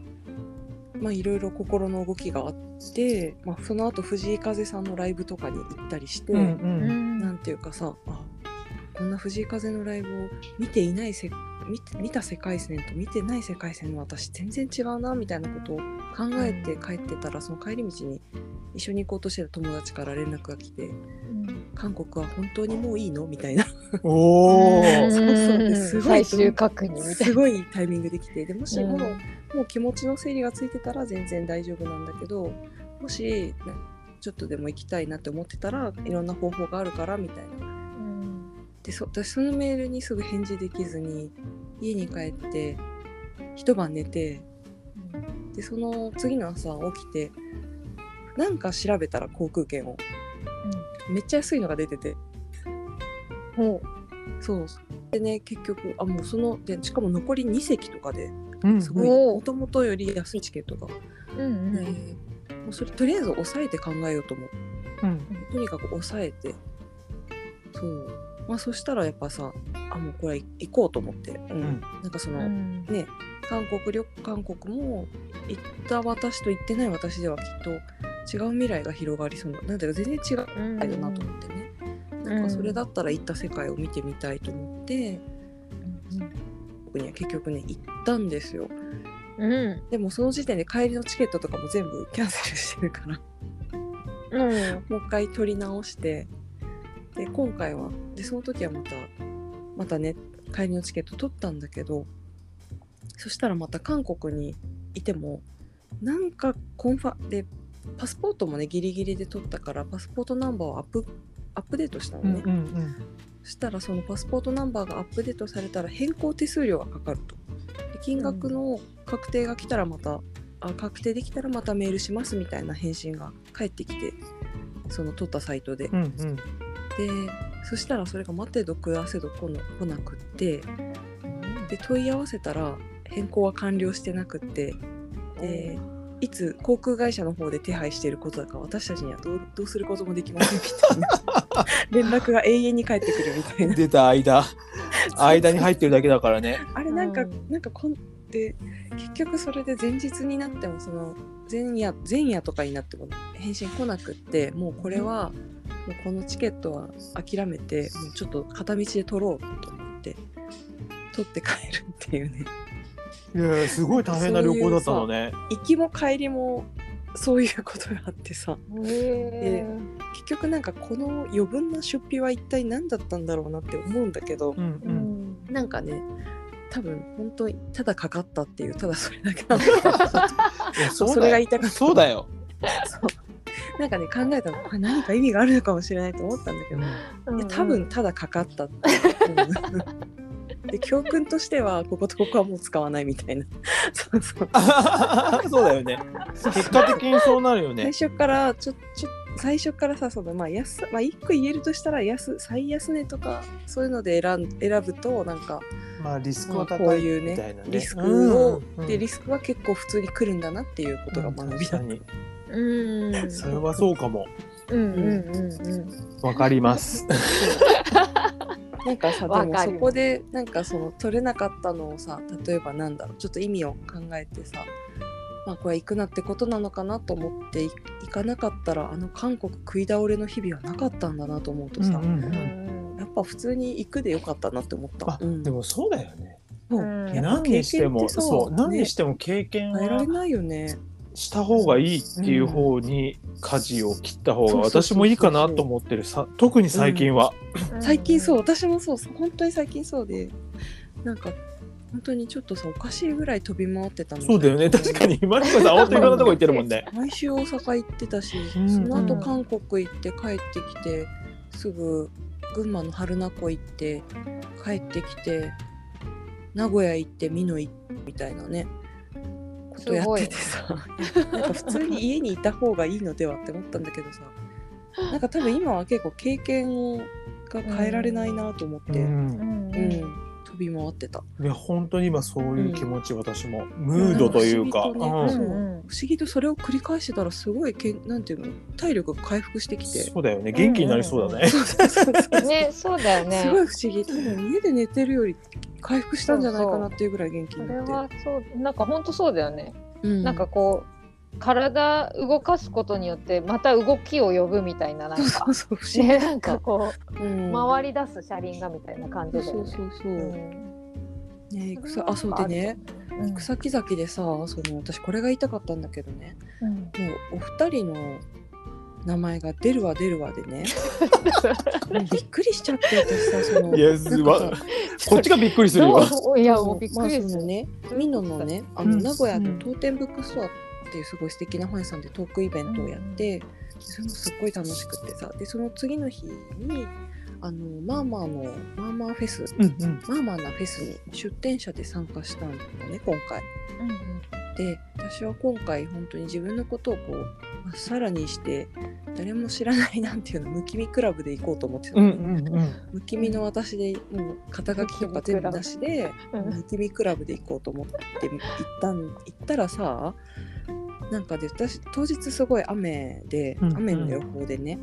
まあいろいろ心の動きがあって、まあ、その後藤井風さんのライブとかに行ったりして、うんううんんなんていうかさあこんな藤井風のライブを見ていないせ見て見た世界線と見てない世界線の私全然違うなみたいなことを考えて帰ってたら、その帰り道に一緒に行こうとしてた友達から連絡が来て「韓国は本当にもういいの?」みたいなおうんーそうそうですご最い終確認みたいすごいタイミングで来てでもしも、な。もう気持ちの整理がついてたら全然大丈夫なんだけどもしねちょっとでも行きたいなって思ってたらいろんな方法があるからみたいなうんでそ私そのメールにすぐ返事できずに家に帰って一晩寝てでその次の朝起きてなんか調べたら航空券をめっちゃ安いのが出ててうんもそうでね結局あもうそのでしかも残り2席とかでうんすごいおーもともとより安いチケットが、ううんでもうそれとりあえず抑えて考えようと思って。うんとにかく抑えてそうまあそしたらやっぱさあもうこれ行こうと思って、うんんなんかそうの、んね韓国旅韓国も行った私と行ってない私ではきっと違う未来が広がりそうななんだか全然違う世うん界だなと思ってね、なんかそれだったら行った世界を見てみたいと思って僕には結局ね行ったんですようんでもその時点で帰りのチケットとかも全部キャンセルしてるからうんもう一回取り直してで今回はでその時はまたまたね帰りのチケット取ったんだけどそしたらまた韓国にいてもなんかコンファでパスポートもねギリギリで取ったからパスポートナンバーをアップアップデートしたのね、そしたらそのパスポートナンバーがアップデートされたら変更手数料がかかるとで金額の確定が来たらまた、あ確定できたらまたメールしますみたいな返信が返ってきてその取ったサイトで、うんうんでそしたらそれが待ってど食わせど来な来なくってで問い合わせたら変更は完了してなくってでいつ航空会社の方で手配していることだから私たちにはどうどうすることもできませんみたい な連絡が永遠に返ってくるみたいな出た間間に入ってるだけだからねあれなんか、うんなんかこんで結局それで前日になってもその前夜前夜とかになっても返信来なくってもうこれは、もうこのチケットは諦めてもうちょっと片道で取ろうと思って取って帰るっていうねいやいやすごい大変な旅行だったのね行きも帰りもそういうことがあってさへ結局なんかこの余分な出費は一体何だったんだろうなって思うんだけどうんーうんなんかね多分本当にただかかったっていうただそれだけなん だけどうんいやそうそれが言だいたかったそうだよなんかね考えたのこれ何か意味があるのかもしれないと思ったんだけど、ういやん多分ただかかったっていうで教訓としてはこことここはもう使わないみたいな そうそう そうだよね結果的にそうなるよ最ね初からちょちょ最初からさそのまあ安まあ一個言えるとしたら安最安値とかそういうので選ん選ぶとなんかまあリスクはこ高ういいうみねたいなねリスクを、うんでリスクは結構普通に来るんだなっていうことが学びだ、うん確かにうんそれはそうかもうんうんうんうんわかります なんかさでわもかるそこでなんかその取れなかったのをさ例えばなんだろうちょっと意味を考えてさまあこれは行くなってことなのかなと思ってい行かなかったらあの韓国食い倒れの日々はなかったんだなと思うとさ、うんううんんやっぱ普通に行くでよかったなって思ったあ。うん、でもそうだよねそううんやっぱ何にしても経験ってさそう何ねにしても経験変えられはないよね。した方がいいっていう方に舵を切った方がそうそうそう私そうもいいかなと思ってるさ特に最近は、最近そうう私もそう本当に最近そうでなんか本当にちょっとさおかしいぐらい飛び回ってたのそうだよね確かにマリコさん本当にいろんなとこ行ってるもんね毎週大阪行ってたし、うんその後韓国行って帰ってきてすぐ群馬の春名湖行って帰ってきて名古屋行って美濃行ってみたいなねことやっててさ なんか普通に家にいた方がいいのではって思ったんだけどさなんか多分今は結構経験が変えられないなと思って、ううんんん飛び回ってた。いや本当に今そういう気持ち、私もムードというか、不思議とうねんうん不思議とそれを繰り返してたらすごいけんなんていうの体力が回復してきてそうだよね元気になりそうだね、ねそうだよね すごい不思議多分家で寝てるより回復したんじゃないかなっていうぐらい元気そにれなってはそうなんか本当そうだよね、うんなんかこう体動かすことによってまた動きを呼ぶみたいななんかそうそう不思議ねなんかこううん回り出す車輪がみたいな感じで、そうそうそううんね草あそうでねうん草木々でさその私これが言いたかったんだけどねうんもうお二人の名前が出るわ出るわで ねびっくりしちゃって私さそのいやなんかさわこっちがびっくりするよどういやもうびっくりまあでそすのね。ねミノのねあうのん名古屋うのん当店ブックストアっていうすごい素敵な本屋さんでトークイベントをやって、それもすっごい楽しくてさでその次の日にあのまあまあのまあまあフェスうんうんまあまあなフェスに出店者で参加したんだよね今回。で私は今回本当に自分のことをこうまっさらにして誰も知らないなんていうのむきみクラブで行こうと思ってたうの、んうんうんむきみの私でもう肩書きとか全部なしで。うんうんニキビクラブで行こうと思って行ったん行ったらさなんかで私当日すごい雨でうんうん雨の予報でね、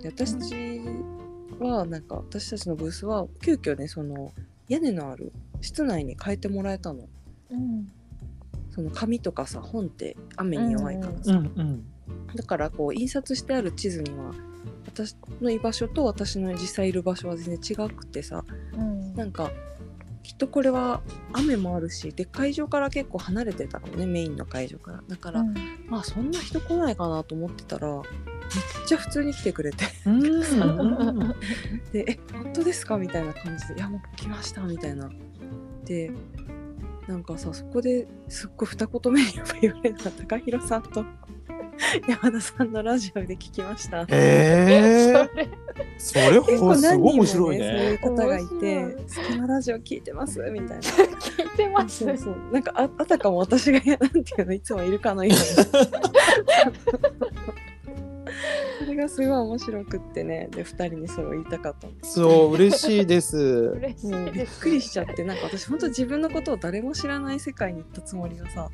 で私はなんか私たちのブースは急遽ねその屋根のある室内に変えてもらえたのうんその紙とかさ本って雨に弱いからうんさ、うんだからこう印刷してある地図には私の居場所と私の実際いる場所は全然違くてさうんなんかきっとこれは雨もあるしで会場から結構離れてたのねメインの会場からだから、うんまあそんな人来ないかなと思ってたらめっちゃ普通に来てくれて うんうんで「え本当ですか?」みたいな感じで「いやもう来ました」みたいな。でなんかさそこですっごい二言目にやっぱ言われた高弘さんと 山田さんのラジオで聞きました。えー、それ結ほ構んす何ごい人も、面白いね、そういうね。方がいて面白い「好きなラジオ聞いてます」みたいな聞いてますそうそうなんかああたかも私がなんていうのいつもいるかのようにそれがすごい面白くってねで2人にそれを言いたかったのそう嬉しいです。嬉しもういびでっすくりしちゃってなんか私本当自分のことを誰も知らない世界に行ったつもりがさ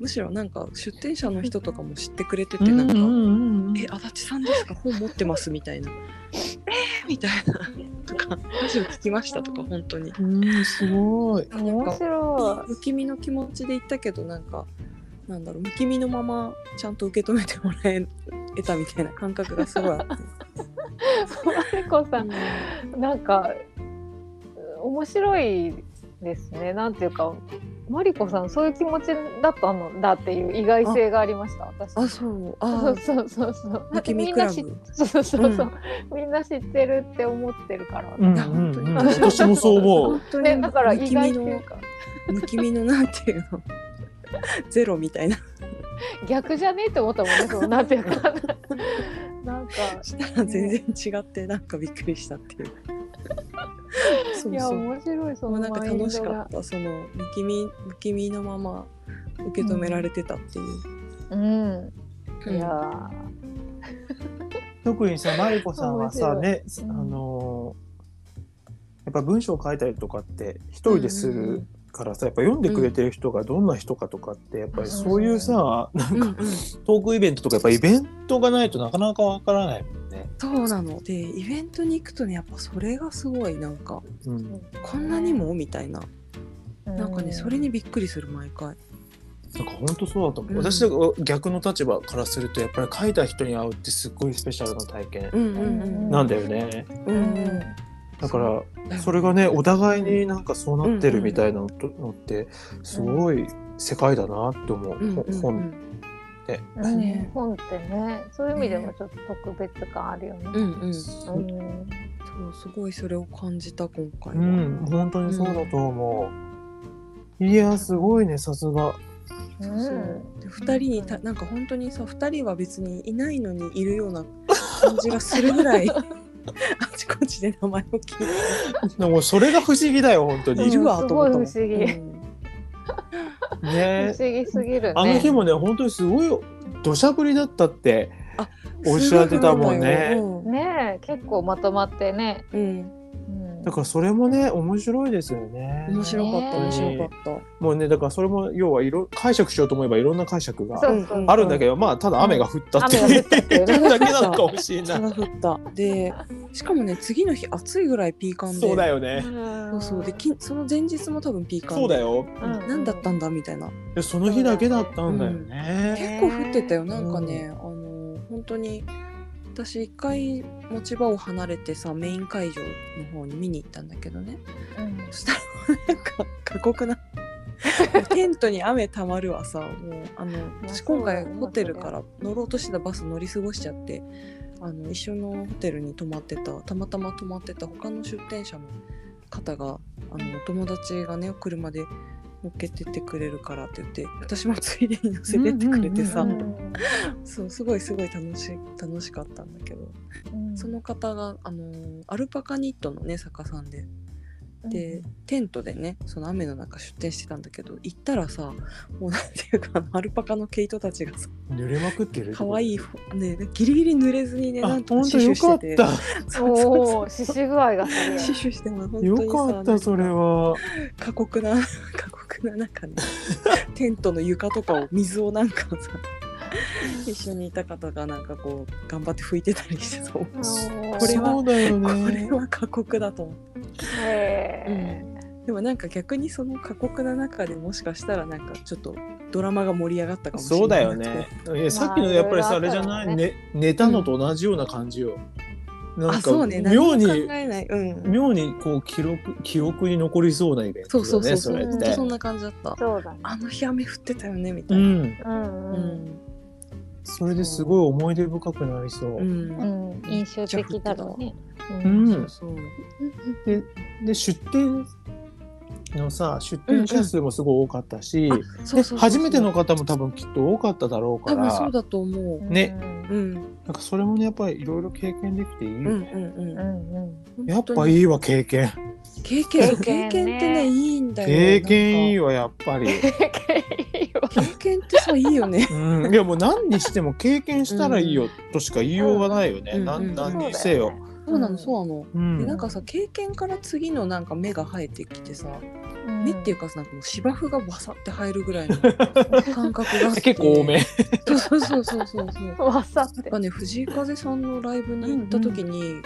むしろなんか出店者の人とかも知ってくれててなんか「んえ足立さんですか本持ってます」みたいな「えー!」みたいなとか「ラジオ聞きました」とか本当に。うんすごい。面白不気味の気持ちで行ったけどなんかなんだろう不気味のままちゃんと受け止めてもらえ得たみたいな感覚がすごいあってい。マリコさんなんか面白いですね。なんていうか、マリコさんそういう気持ちだったのだっていう意外性がありました。私。 あそうそあうそうそうそう。不気味みんクラなブ知っそうそうそうそう。みんな知ってるって思ってるから。うんうや本当にんうん私もそう思う本。当にね、だから不意気味外っていうのか不気味のなんていうの ゼロみたいな逆じゃねえって思ったもんね。そのなんて いうか。なんかしたら全然違ってなんかびっくりしたっていうそいうやそう面白いそものうなんかマインド楽しかがっ。たその不気味不気味のまま受け止められてたっていう、うん。うんいや特にさマリコさんはさ面白いね、うんあのーやっぱ文章を書いたりとかって一人ですうんうんうんるからさ、やっぱ読んでくれてる人がどんな人かとかってやっぱりうんそういうさ、うんなんかうんトークイベントとかやっぱイベントがないとなかなかわからないもんね。そうなのでイベントに行くとねやっぱそれがすごいなんかうん、こんなにもみたいなーなんかねそれ。にびっくりする毎回なんか本当そうだと思う。うん私だから逆の立場からするとやっぱり書いた人に会うってすっごいスペシャルな体験うんうんうんなんだよね。ううんんだからうんそれがねお互いになんかそうなってるみたいなのとのってすごい世界だなって思う、うんほうんう本っんて。うんね本ってねそういう意味でもちょっと特別感あるよね。うんうんそうんそうすごいそれを感じた今回は、うん、本当にそうだと思う。いや、すごいね、さすが。そうそうで2人にたなんか本当にさ2人は別にいないのにいるような感じがするぐら いあちこちで名前を聞いてでも、それが不思議だよ、本当いに。るわと思ったもんすごい不思議うん不ね思。議すぎるね。あの日もね、本当にすごい土砂降りだったってあ。おっしゃってたもんすね。ごいうんねえ結構まとまってね。うん、うんだから、それもね、面白いですよね。面白かったね面白かったもうね、だから、それも、要はいろ、解釈しようと思えば、いろんな解釈が。そうそうあるんだけど、まあ、ただ雨が降ったって雨が降ったっていいううねだけなのかもしれな風い。が降ったでしかもね次の日暑いぐらいピーカンでそうだよね。 そううんそうできその前日も多分ピーカンでそうだよ。うん何だったんだみたいなでその日だけだったんだよね。結構降ってたよなんかね、あの本当に私一回持ち場を離れてさメイン会場の方に見に行ったんだけどねうんそしたらなんか過酷なテントに雨たまるわさもうあのまあ私そう今だよ回ホテルから乗ろうとしてたバス乗り過ごしちゃってあの一緒のホテルに泊まってたたまたま泊まってた他の出店者の方があのお友達がね車で乗っけてってくれるからって言って私もついでに乗せてってくれてさ、うんうんそうすごいすごい楽しい楽しかったんだけど、うんその方があのアルパカニットのね坂さんでで、 テントでねその雨の中出店してたんだけど行ったらさもうなんていうかあの アルパカの毛糸たちがさ濡れまくってる。可愛いほねギリギリ濡れずにねあ、な本ん当とか死守よかしっててた。そうそうおそおう獅子具合がす死ごい。守しても本当によさかった、それなんかは。過酷な 過酷な中ねテントの床とかを水をなんかさ一緒にいた方がなんかこう頑張って拭いてたりしてそうあのーこれはそうだよこれね。は過酷だと思へう、えでもなんか逆にその過酷な中でもしかしたらなんかちょっとドラマが盛り上がったかもしそれうだないよね。いやさっきのやっぱりさ、あれじゃない、ね寝たのと同じような感じよ。なんあかそうね何も妙考に、えないうん妙にこう記録記憶に残りそうなイベントそうそうだそよねうそれっそう本て当。そんな感じだったそうだね。あの日雨降ってたよねみたういな、ん、うんううんんそれですごい思い出深くなりそう。うんうん、印象的だろうね。ううんん、そうで出店のさ出店者数もすごい多かったし、あそうそうそうそうで初めての方も多分きっと多かっただろうか多分そらうだと思うね。うんなんかそれもねやっぱりいろいろ経験できていいようんね、うんううんんうん。本当にやっぱいいわ経験経験そう経経験ね験ってねいいんだよ経験いいよわやっぱり、経験ってさいいよねうん、いやもう何にしても経験したらいいよとしか言いようがないよね、うんなうんん、何そうにだせよよね。 そうなのそうなのうでんなんかさ経験から次のなんか芽が生えてきてさうん目っていうかさなんかもう芝生がバサって入るぐらいの感覚があって結構多めそうそうそうそうそうそうわさっやてっ。ぱね藤井風さんのライブに行った時に、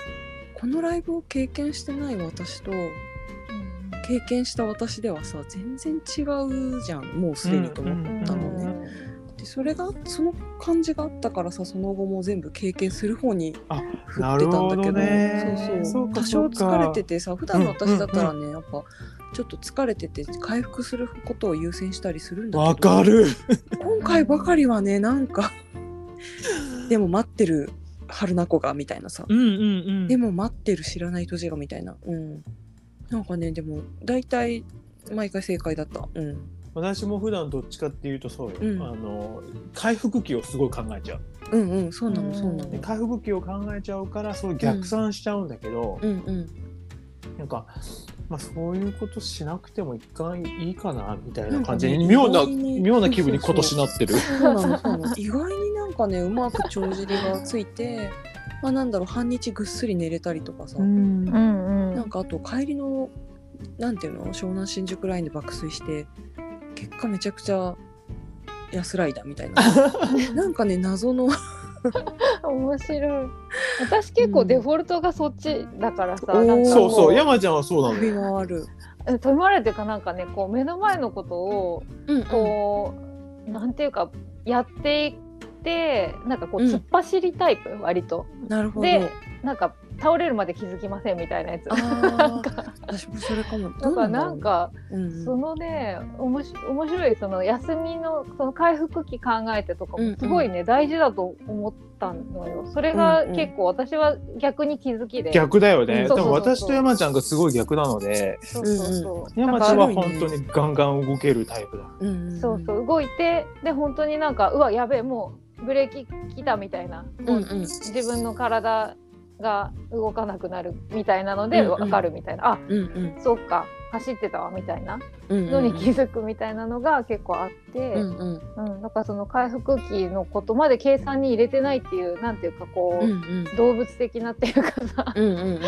このライブを経験してない私と経験した私ではさ全然違うじゃんもうすでにと思ったのね、うんうんうんでそれがその感じがあったからさその後も全部経験する方に振あってたんだけなるほどどねそうそうそうか多そ少うか疲れててさ普段の私だったらね、やっぱちょっと疲れてて回復することを優先したりするんだわけどかる今回ばかりはねなんか でも待ってる春菜子がみたいなさ、うんうんうんでも待ってる知らない土地がみたいなうんなんかねでも大体毎回正解だったうん私も普段どっちかっていうとそうよ、うんあの回復期をすごい考えちゃううんうんそうなのそうなでの回復期を考えちゃうからそう逆算しちゃうんだけど、うんうんなんか、まあ、そういうことしなくても一回いいかなみたいな感じなんかにね妙な意外に妙な気分に今年なってる。そうなのそう なの意外になんかねうまく帳尻がついてまあなんだろう半日ぐっすり寝れたりとかさ、うんうんうなんん。かあと帰りのなんていうの湘南新宿ラインで爆睡して結果めちゃくちゃ安らいだみたい ななんかね謎の面白い。私結構デフォルトがそっちだからさ、うんなんかそうこそう山ちゃんはそうなの首よ。がある。止まれていうかなんかね、こう目の前のことをうんこう、なんていうかやっていって、なんかこううん突っ走りタイプ割と。なるほど。で、なんか倒れるまで気づきませんみたいなやつ。あー私もそれかも。だからなんかどうなんだそろう、のねおもし面白いその休みのその回復期考えてとかうんうもんすごいね、大事だと思ったのよそれが結構私は逆に気づきで、逆だよね。うん多そうそうそう分私と山ちゃんがすごい逆なので、そうそうそう、山ちゃんだはか本当にガンガン動けるタイプだ。うんうんうん、らそうそう動いてで本当になんかうわやべえもうブレーキ来たみたいな、もううんうん自分の体が動かなくなるみたいなのでうんうん分かるみたいな、うんうんあそっか走ってたわみたいなうんうんのに気づくみたいなのが結構あって。うんうんうん、だからその回復期のことまで計算に入れてないっていうなんていうかこうう、んうん動物的なっていうかさ うんうんうんうん。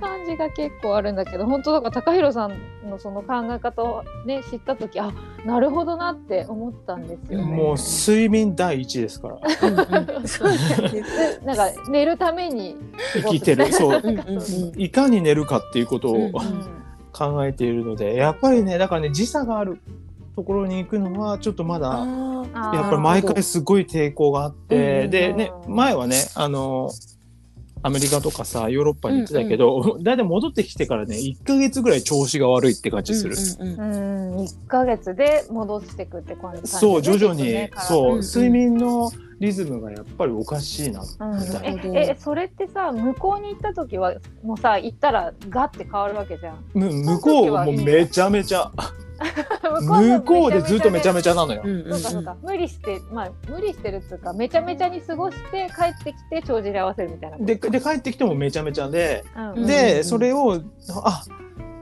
感じが結構あるんだけど本当だから高弘さんのその考え方をね知った時あなるほどなって思ったんですよね。 もう睡眠第一ですから。うんうんそうだよねでなんか寝るために生きてる。そう うんうんうんいかに寝るかっていうことをうん考えているので、やっぱりねだからね時差があるところに行くのはちょっとまだ。あーやっぱりマ毎イク回すごい抵抗があっうんうんて、うんでね前はねあのアメリカとかさヨーロッパに行ってたけど、 だいたい戻ってきてからね1か月ぐらい調子が悪いって感じする、うんうんうんうん1ヶ月で戻していくって感じ、そう徐々に、そう、うんうん睡眠のリズムがやっぱりおかしいなみうたいんな、るほどええそれってさ向こうに行った時はもうさ行ったらガッて変わるわけじゃんむ向こうもうめちゃめちゃ向向ここううででずっとめちゃめちめちゃゃなのよ、うんうんそうかそうか、無理して、まあ、無理してるっていうか、めちゃめちゃに過ごして、帰ってきて、帳尻合わせるみたいなこと。でで帰ってきてもめちゃめちゃで、うんうん、でうんそれをあ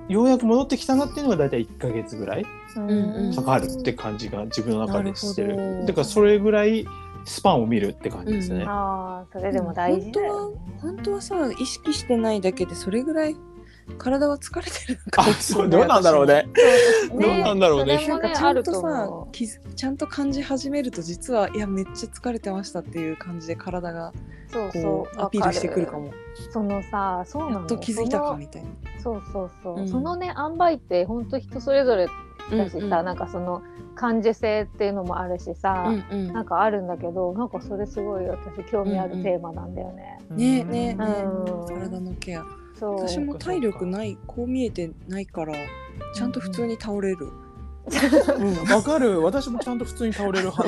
ようやく戻ってきたなっていうのが大体1か月ぐらいうんうんかかるって感じが自分の中でしてなるほるどだからそれぐらいスパンを見るって感じですね、ああ、それでも大事だよね。本当はさ意識してないだけでそれぐらい体は疲れてるのかあもしそれうどない。うなんだろうね。そうどうなんだろうねそ私。れなんもね、かちゃあんるととさ思う気づちゃんと感じ始めると実はいやめっちゃ疲れてましたっていう感じで体がそうこそううアピールしてくるか。わもるそのさ、そうなやのっよと気づいたかみたいな。そのそうそうそう。うんそのね、塩梅って本当人それぞれだしさ、うんうんなんかその感受性っていうのもあるしさ、うんうんなんかあるんだけど、なんかそれすごい私興味あるテーマなんだよね。ねえねえねえうん体のケアそう。私も体力ないこう見えてないからちゃんと普通に倒れる、うんわかる。私もちゃんと普通に倒れる派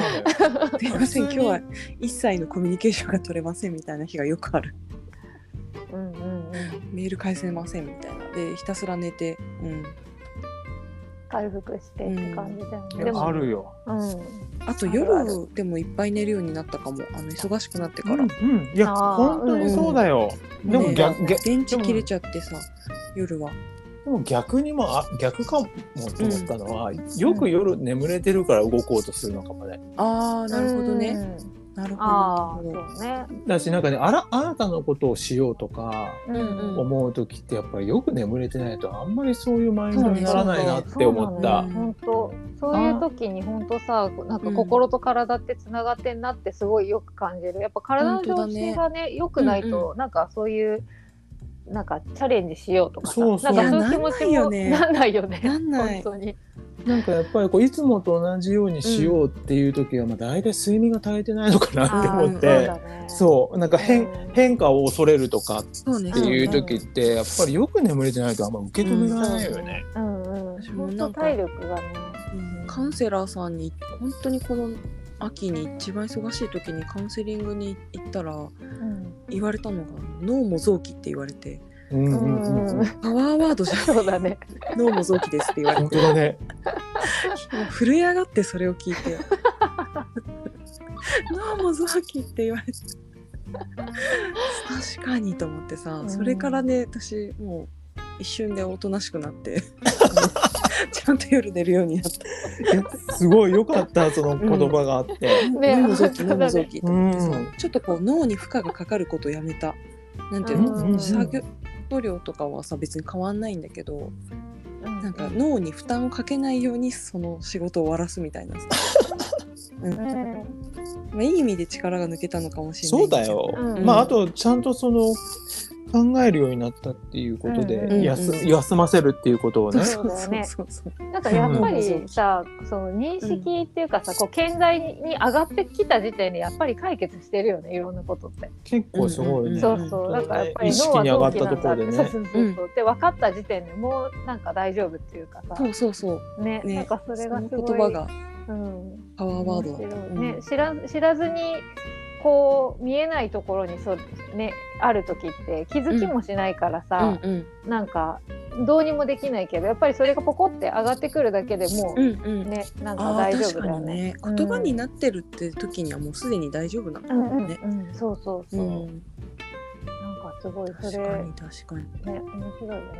なんだよ。すいません普通今日には一切のコミュニケーションが取れませんみたいな日がよくあるうんうんうん。メール返せませんみたいなでひたすら寝て、うん、回復してって感じだよね。いでやもあるよ。うん。ああとるある夜でもいっぱい寝るようになったかもあの忙しくなってうかんら、うん。いやあー本当にそうだよ。うんでもね逆逆電池切れちゃってさ夜はでも逆にもあ逆かもと思ったのは、よく夜眠れてるから動こうとするのかもね。あーなるほどうねんなるほどああ、なるほどそうね。だしなんかねあら新たなことをしようとかうんうん。思う時ってやっぱりよく眠れてないとあんまりそういうマインドにならないなって思っそうなたの。よ本当、そういう時に本当さ、なんか心と体ってつながってんなってすごいよく感じる。やっぱ体の調子がね、良くないうんと、なんかそういう。なんかチャレンジしようとかさ、そうそうなんかそういう気持ちもいやなんないよね。なんない本当に。なんかやっぱりこういつもと同じようにしようっていう時は、まあ大体睡眠が足りてないのかなって思っあーそうてだねそうなんか変うん変化を恐れるとかっそうねていう時ってやっぱりよく眠れてないとあんま受け止められないよね。うんうん。私も本な当んか体力がね。カウンセラーさんに本当にこの秋に一番忙しい時にカウンセリングに行ったらうん言われたのが脳も臓器って言われてうんうんうんうんパワーワードじ ゃそうだね。ん脳も臓器ですって言われ本て当だね。震え上がってそれを聞 いて脳も臓器って言われて確かにと思ってさうんそれからね私もう一瞬でおとなしくなって ちゃんと夜寝るようになったえすごい良かったその言葉があって。ね脳も臓器本当だ脳ねも臓器と思ってさ、うんちょっとこう脳に負荷がかかることをやめたなんていうの、うんうんうん作業量とかはさ別に変わんないんだけどなんか脳に負担をかけないようにその仕事を終わらすみたいな さ、うんうんまあ、いい意味で力が抜けたのかもしれなそいうだよ。うんまああとちゃんとその考えるようになったっていうことで、うんうん休うん休ませるっていうことをそねう。そそうだうよそねうそうそうなんかやっぱりさ、その認識っていうかさ、こう健在に上がってきた時点でやっぱり解決してるよねいろんなことって、結構すごいうんね。そうそう本だ当からねやっぱり意識に上がったところで脳はね臓器。なんだってそうそうそうそうで分かった時点でもうなんか大丈夫っていうかさそうそうそうねねなんかそれがすのごい言葉がうん、パワーワードだった、面白いね知ら知らずにこう見えないところにそ、ね、ある時って気づきもしないからさ、うんうんなんかどうにもできないけどやっぱりそれがポコって上がってくるだけでもうんうんうねなんかあ大ー丈確夫かだよにねね。言葉になってるって時にはもうすでに大丈夫なのうかんうもんね。うんそうそうそうう、ん、なんかすごいそ確れかにね確かに。面白いよね、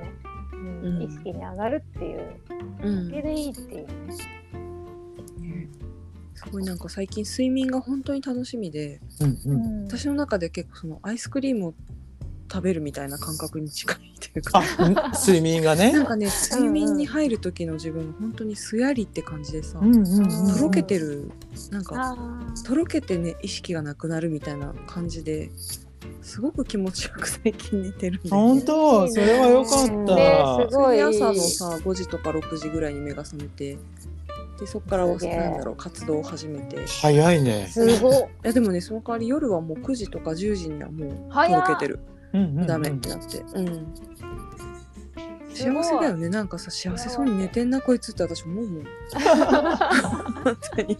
うんうん意識に上がるっていううだん、けねでいいっていう、すごいなんか最近睡眠が本当に楽しみで、うんうんうん私の中で結構そのアイスクリームを食べるみたいな感覚に近いというか。あ、睡眠がね。なんかね睡眠に入る時の自分本当にすやりって感じでさ、うんうんうんとろけてるなんかあーとろけてね意識がなくなるみたいな感じですごく気持ちよく最近寝てるんだよ本ね。当、それは良かった。ねすそごいれで朝のさ5時とか6時ぐらいに目が覚めてでそこからはすげえなんだろう活動を始めてい早いね。すごいやでもねその代わり夜はもう9時とか10時にはもうと早っろけてるうんうんうんダメってなって、うん、すご幸いせだよねなんかさ幸せそうに寝てんなこいつって私思 うもん本当に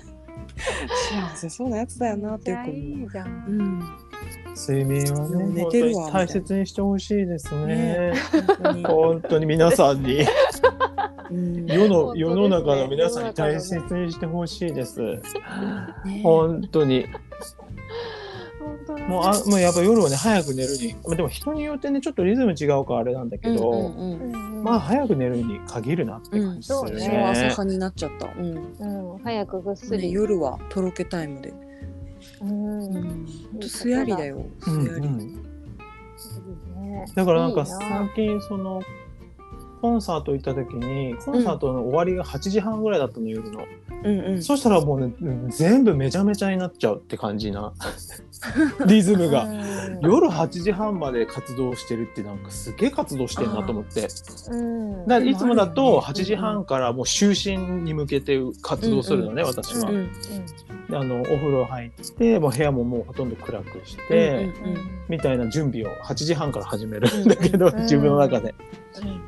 幸せそうなやつだよなってよくめっちゃい思いじゃんう、うん、睡眠はね、寝てるわ本当に大切にしてほしいですね。本当に、本当に皆さんに。うん、ね世の本当ですね世の中の皆さんに大切にしてほしいです。本当に。本当だねもうあもうやっぱ夜はね早く寝るに、まあ、でも人によってねちょっとリズム違うからあれなんだけど、うんうんうんうんうんまあ早く寝るに限るなって感じすうるん私そうね。は朝派になっちゃった、うんうん、早くぐっすね、り、夜はとろけタイムで、うんういいん、ほんとすやりだよすうやんり、うん、ねだからなんかいいな最近そのコンサート行った時にコンサートの終わりが8時半ぐらいだったの夜の、うんうん。そしたらもうね全部めちゃめちゃになっちゃうって感じなリズムが。うん夜8時半まで活動してるってなんかすげえ活動してんなと思ってうんだからいつもだとあ8るよね時半からもう就寝に向けて活動するのね、うん私は、うんであのお風呂入ってもう部屋ももうほとんど暗くして、うんうんみたいな準備を8時半から始めるんだけど、うん自分の中で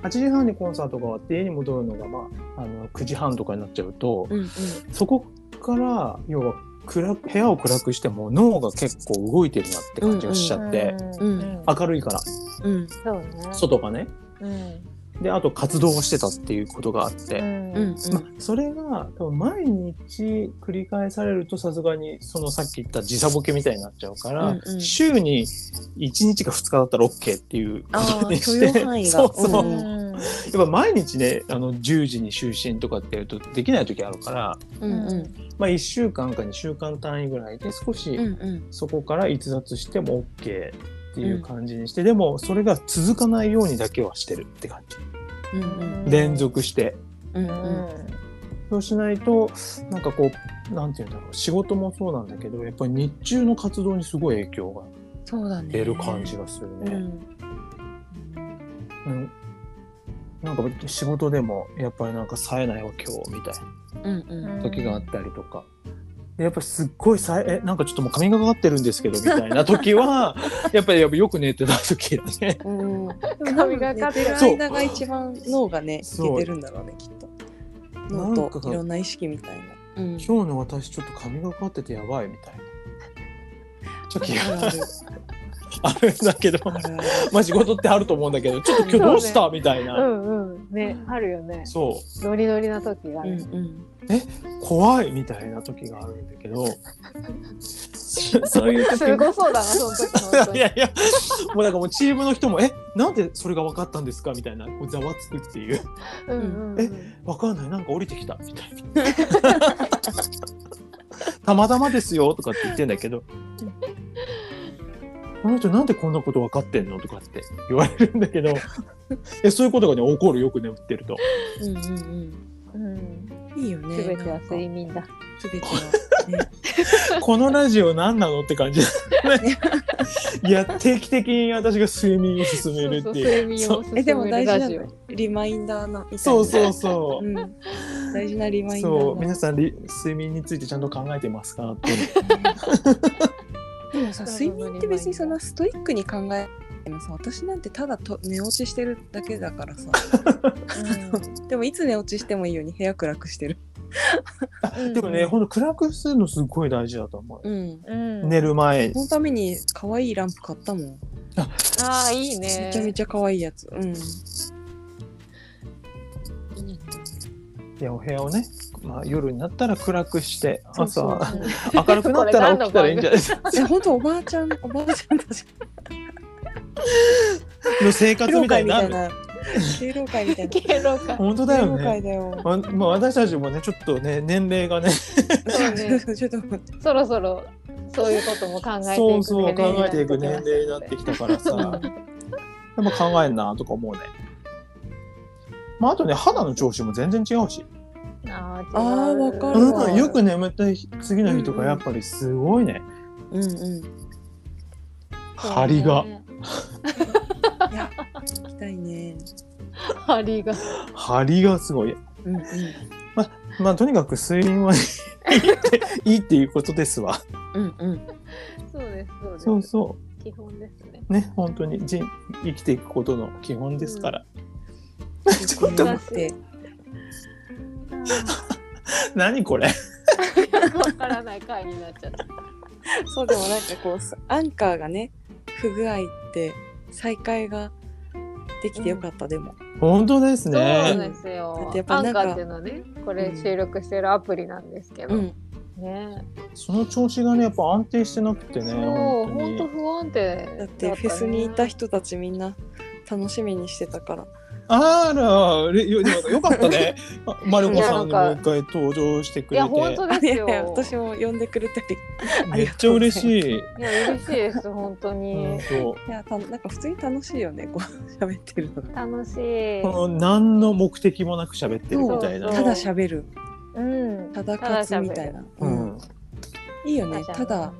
8時半にコンサートが終わって家に戻るのが、まあ、あの9時半とかになっちゃうと、うんうんそこから要は暗く部屋を暗くしても脳が結構動いてるなって感じがしちゃって、うん明るいからうんそうね外がねうんであと活動をしてたっていうことがあって。うんうんうんまあ、それが多分毎日繰り返されるとさすがにそのさっき言った時差ボケみたいになっちゃうから、うんうん週に1日か2日だったら OK っていうことにしあー許て容範囲がそうそう、うんやっぱ毎日ねあの10時に就寝とかってやるとできない時あるから、うんうんまあ、1週間か2週間単位ぐらいで少しうんうんそこから逸脱しても OK っていう感じにして、でもそれが続かないようにだけはしてるって感じうんうん連続して。うんうんうんそうしないとなんかこうなんていうんだろう仕事もそうなんだけどやっぱり日中の活動にすごい影響がそうだね出る感じがするうね。んうんなんか仕事でもやっぱりなんか冴えないわ今日みたいうんうんな時があったりとか。でやっぱりすっごいさええなんかちょっともう髪がかかってるんですけどみたいな時 はやっぱりやっぱよく寝てた時だねうん髪がかって寝てるそう間が一番脳がねいそうけてるんだろうねきっとなん脳かといろんな意識みたいなうん今日の私ちょっと髪がかかっててやばいみたいな時があるあるんだけどあるあるまあ仕事ってあると思うんだけどちょっと今日どうしたみたいうな。んうんねあるよねそうノリノリな時があうるんうん怖いみたいな時があるんだけどそ そういう時すごそうだなその時の音いやいやもうなんかもうチームの人も「えなんでそれが分かったんですか?」みたいなこうざわつくっていううんうんう「ん分かんないなんか降りてきた」みたいな 「たまたまですよ」とかって言ってんだけど「この人なんでこんなこと分かってんの?」とかって言われるんだけどえそういうことがね起こるよく眠ってると。うんうんうんうんいいよねすべてはなんか睡眠だ全てはねこのラジオ何なのって 感じだねいや定期的に私が睡眠を進めるそうってそいうう睡眠を進 えでもめる大事ラなジオのリマインダーなみたいなそうそうそううん大事なリマインダそーうだ皆さんり睡眠についてちゃんと考えてますかってでもさ睡眠って別にそんなストイックに考えてもさ私なんてただと寝落ちしてるだけだから さ でもいつ寝落ちしてもいいように部屋暗くしてる、うんでもねほんと暗くするのすごい大事だと思う、うん、うん寝る前そのために可愛いランプ買ったもんああいいねめちゃめちゃ可愛いやつうんいやお部屋をね、まあ、夜になったら暗くしてそうそう朝 明るくなったら起きたらいいんじゃないですかえ本当おばあちゃんおばあちゃんたちの生活みたいになるな敬老会みたいな敬敬老会本当だよ老ね会だよままあ私たちもねちょっとね年齢がねそうね ちょっと待ってそろそろそういうことも考えていくねそうそう考えていく年齢になってきたからさうでも考えんなとか思うね。まあ、あとね肌の調子も全然違うし、ああーわかるわう、うんんよく眠った日次の日とかやっぱりすごいね、うんうん張りがい や行きたいね張りが張りがすごいうんうんまあとにかく睡眠はいいっていいっていうことですわうんうんそうですそうですそうそ基本ですね うね本当に人生きていくことの基本ですから、ちょっと待って何これよくわからない回になっちゃったそうでもなんかこうさアンカーがね不具合って再開ができてよかった、でも本当ですそうねですよだってやっアぱなンんかカーっていうのはねこれ収録してるアプリなんですけどうんねその調子がねやっぱ安定してなくてねそう本当本に当不安定だってフェスにいた人たちみんな楽しみにしてたからあられよでもよかったねあマルコさんにもう一回登場してくいれやて本当ですよ いやいや私も呼んでくれたりめっちゃ嬉しい。いや嬉しいです本当うんに、といやたなんか普通に楽しいよねこう 喋ってるのが楽しいこの何の目的もなく喋ってるみたいな。そうただ喋るうんただ活みたいな、ううんん、いいよねただ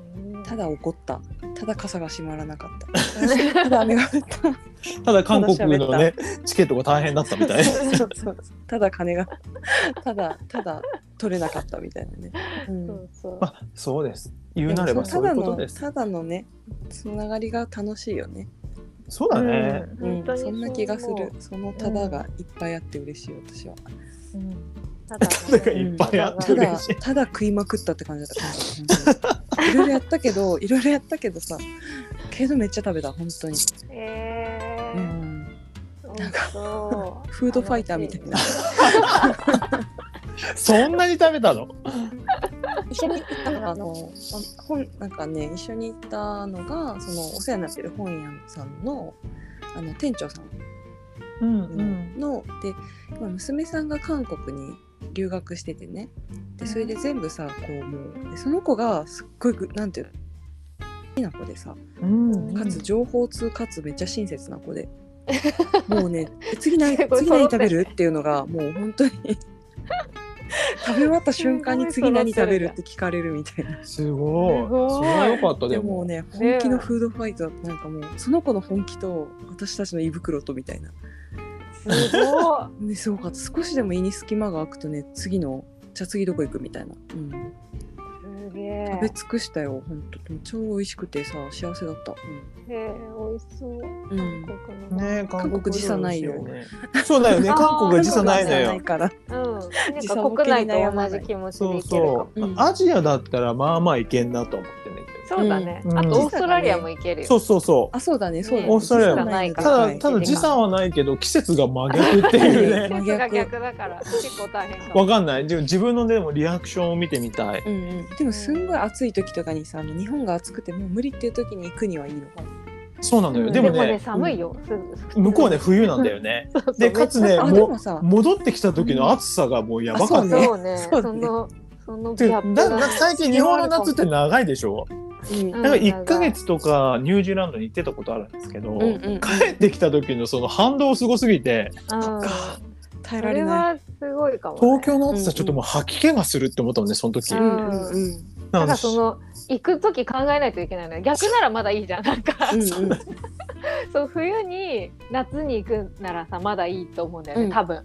ただだ怒ったただ傘が閉まらなか ったただ雨が降ったただ韓国のねチケットが大変だったみたいな。そうそうそう ただ金がただただ取れなかったみたいなね、うんそうそうまあ そうです。言うなればそういうことです。ただのただのねつながりが楽しいよね、そうだね。ううん本当にそんな気がすそうるそのただがいっぱいあって嬉しい私は思う、うんただただがいっぱいあってた嬉だしい。ただ食いまくったって感じだった 本当にいろいろやったけどいろいろやったけどさけどめっちゃ食べた本当に、えうーん、なんかそうフードファイターみたいな そんなに食べたの？一緒に行ったのがあのあ本なんかね一緒に行ったのがそのお世話になってる本屋さんのあの店長さんうんの、で今娘さんが韓国に留学しててねでそれで全部さこうもうでその子がすっごいぐなんていうの好きな子でさうんうんかつ情報通かつめっちゃ親切な子でもうねえ次何すごい次何揃って食べるっていうのがもう本当に 食べ終わった瞬間にすご次い揃ってる何食べるって聞かれるみたいな。すごい。すごいそれは良かったででもも。ねね本気のフードファイトだったなんかもうその子の本気と私たちの胃袋とみたいな、すごいね、すごかった少しでも胃に隙間が空くとね次のじゃあ次どこ行くみたいな、うんすげえ食べ尽くしたよ本当超美味しくてさ幸せだった、えー、美味しそううんうん韓国のね韓韓国時差ないよ料理ですねそうだよ ね。あー韓国は時差ないの韓国はよない。からうん、なん時差かボケ国に内悩まとない同じ気持ちそでういけるかそもう、うんアジアだったらまあまあいけんなと思ってんだけど。そうだね、うんあうんとオーストラリアも行けるよ、そうそうそう。あそうだねそうだねオーストラリア時差ないそかうたらだはいただ時差はないけど季節が真逆っていう うねん季節が逆だから結構大変かもわかんないでも自分のでもリアクションを見てみたいうんうん、でもすんごい暑い時とかにさあの日本が暑くてもう無理っていう時に行くにはいいのかなそうなのようんでもね寒いよ、す向こうね冬なんだよ ねそうそうでかつねあもうでもさ戻ってきた時の暑さがもうやばかあっそたうねそ うねそうねそのそのギてャかップだがなんか最近日本の夏って長いでしょうんだから1ヶ月とかニュージーランドに行ってたことあるんですけど、うんうん帰ってきた時のその反動すごすぎてうんそっか耐えそられれない。はすごいかも、ね、東京の暑さちょっともう吐き気がするって思ったのねその時、うんうんなたんでだその行く時考えないといけないのよ逆ならまだいいじゃんなんか、うんうんそう冬に夏に行くならさまだいいと思うんだよね、うん多分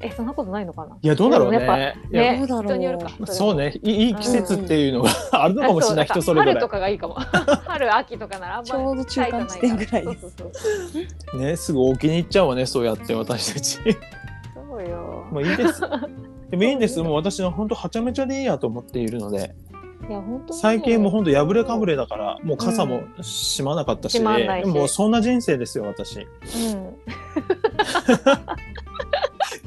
えそんなことないのかないやどうだろうねでもいやねどうだろう人によるかれもそうねいいいい季節っていうのが あるのあかもしれない、そ人うそれぞ春れとかがいいかも 春秋とかならあんまりちょうど中間地点ぐらいですそうそうそうねすぐお気に入っちゃうわねそうやって私たち そうよもういいですでもいいんですもう私の本当はちゃめちゃでいいやと思っているのでいや本当にね最近もう本当破れかぶれだからもう傘も閉まなかったし,、閉まんないしもうそんな人生ですよ私う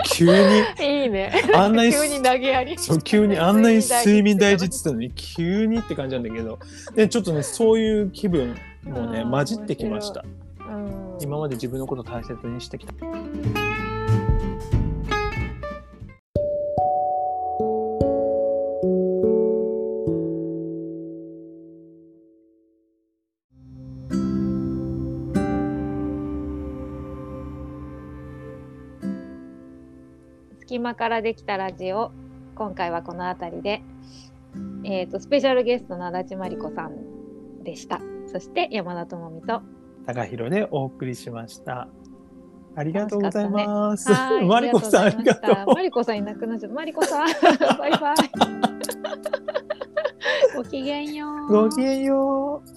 急 にんいいねあんなに急に投げ やりそう急にあんなに睡眠大事事って言ってたのに急にって感じなんだけどでちょっとねそういう気分もねあー混じってきましたうん今まで自分のこと大切にしてきた隙間からできたラジオ今回はこの辺りで、えー、とスペシャルゲストの足立真理子さんでしたそして山田智美と高弘でお送りしましたありがとうございます、は いマリコさんありがとうありがとうございましたマリコさんいなくなっちゃった。マリコさん、 バイバイ。ごきげんよう。ごきげんよう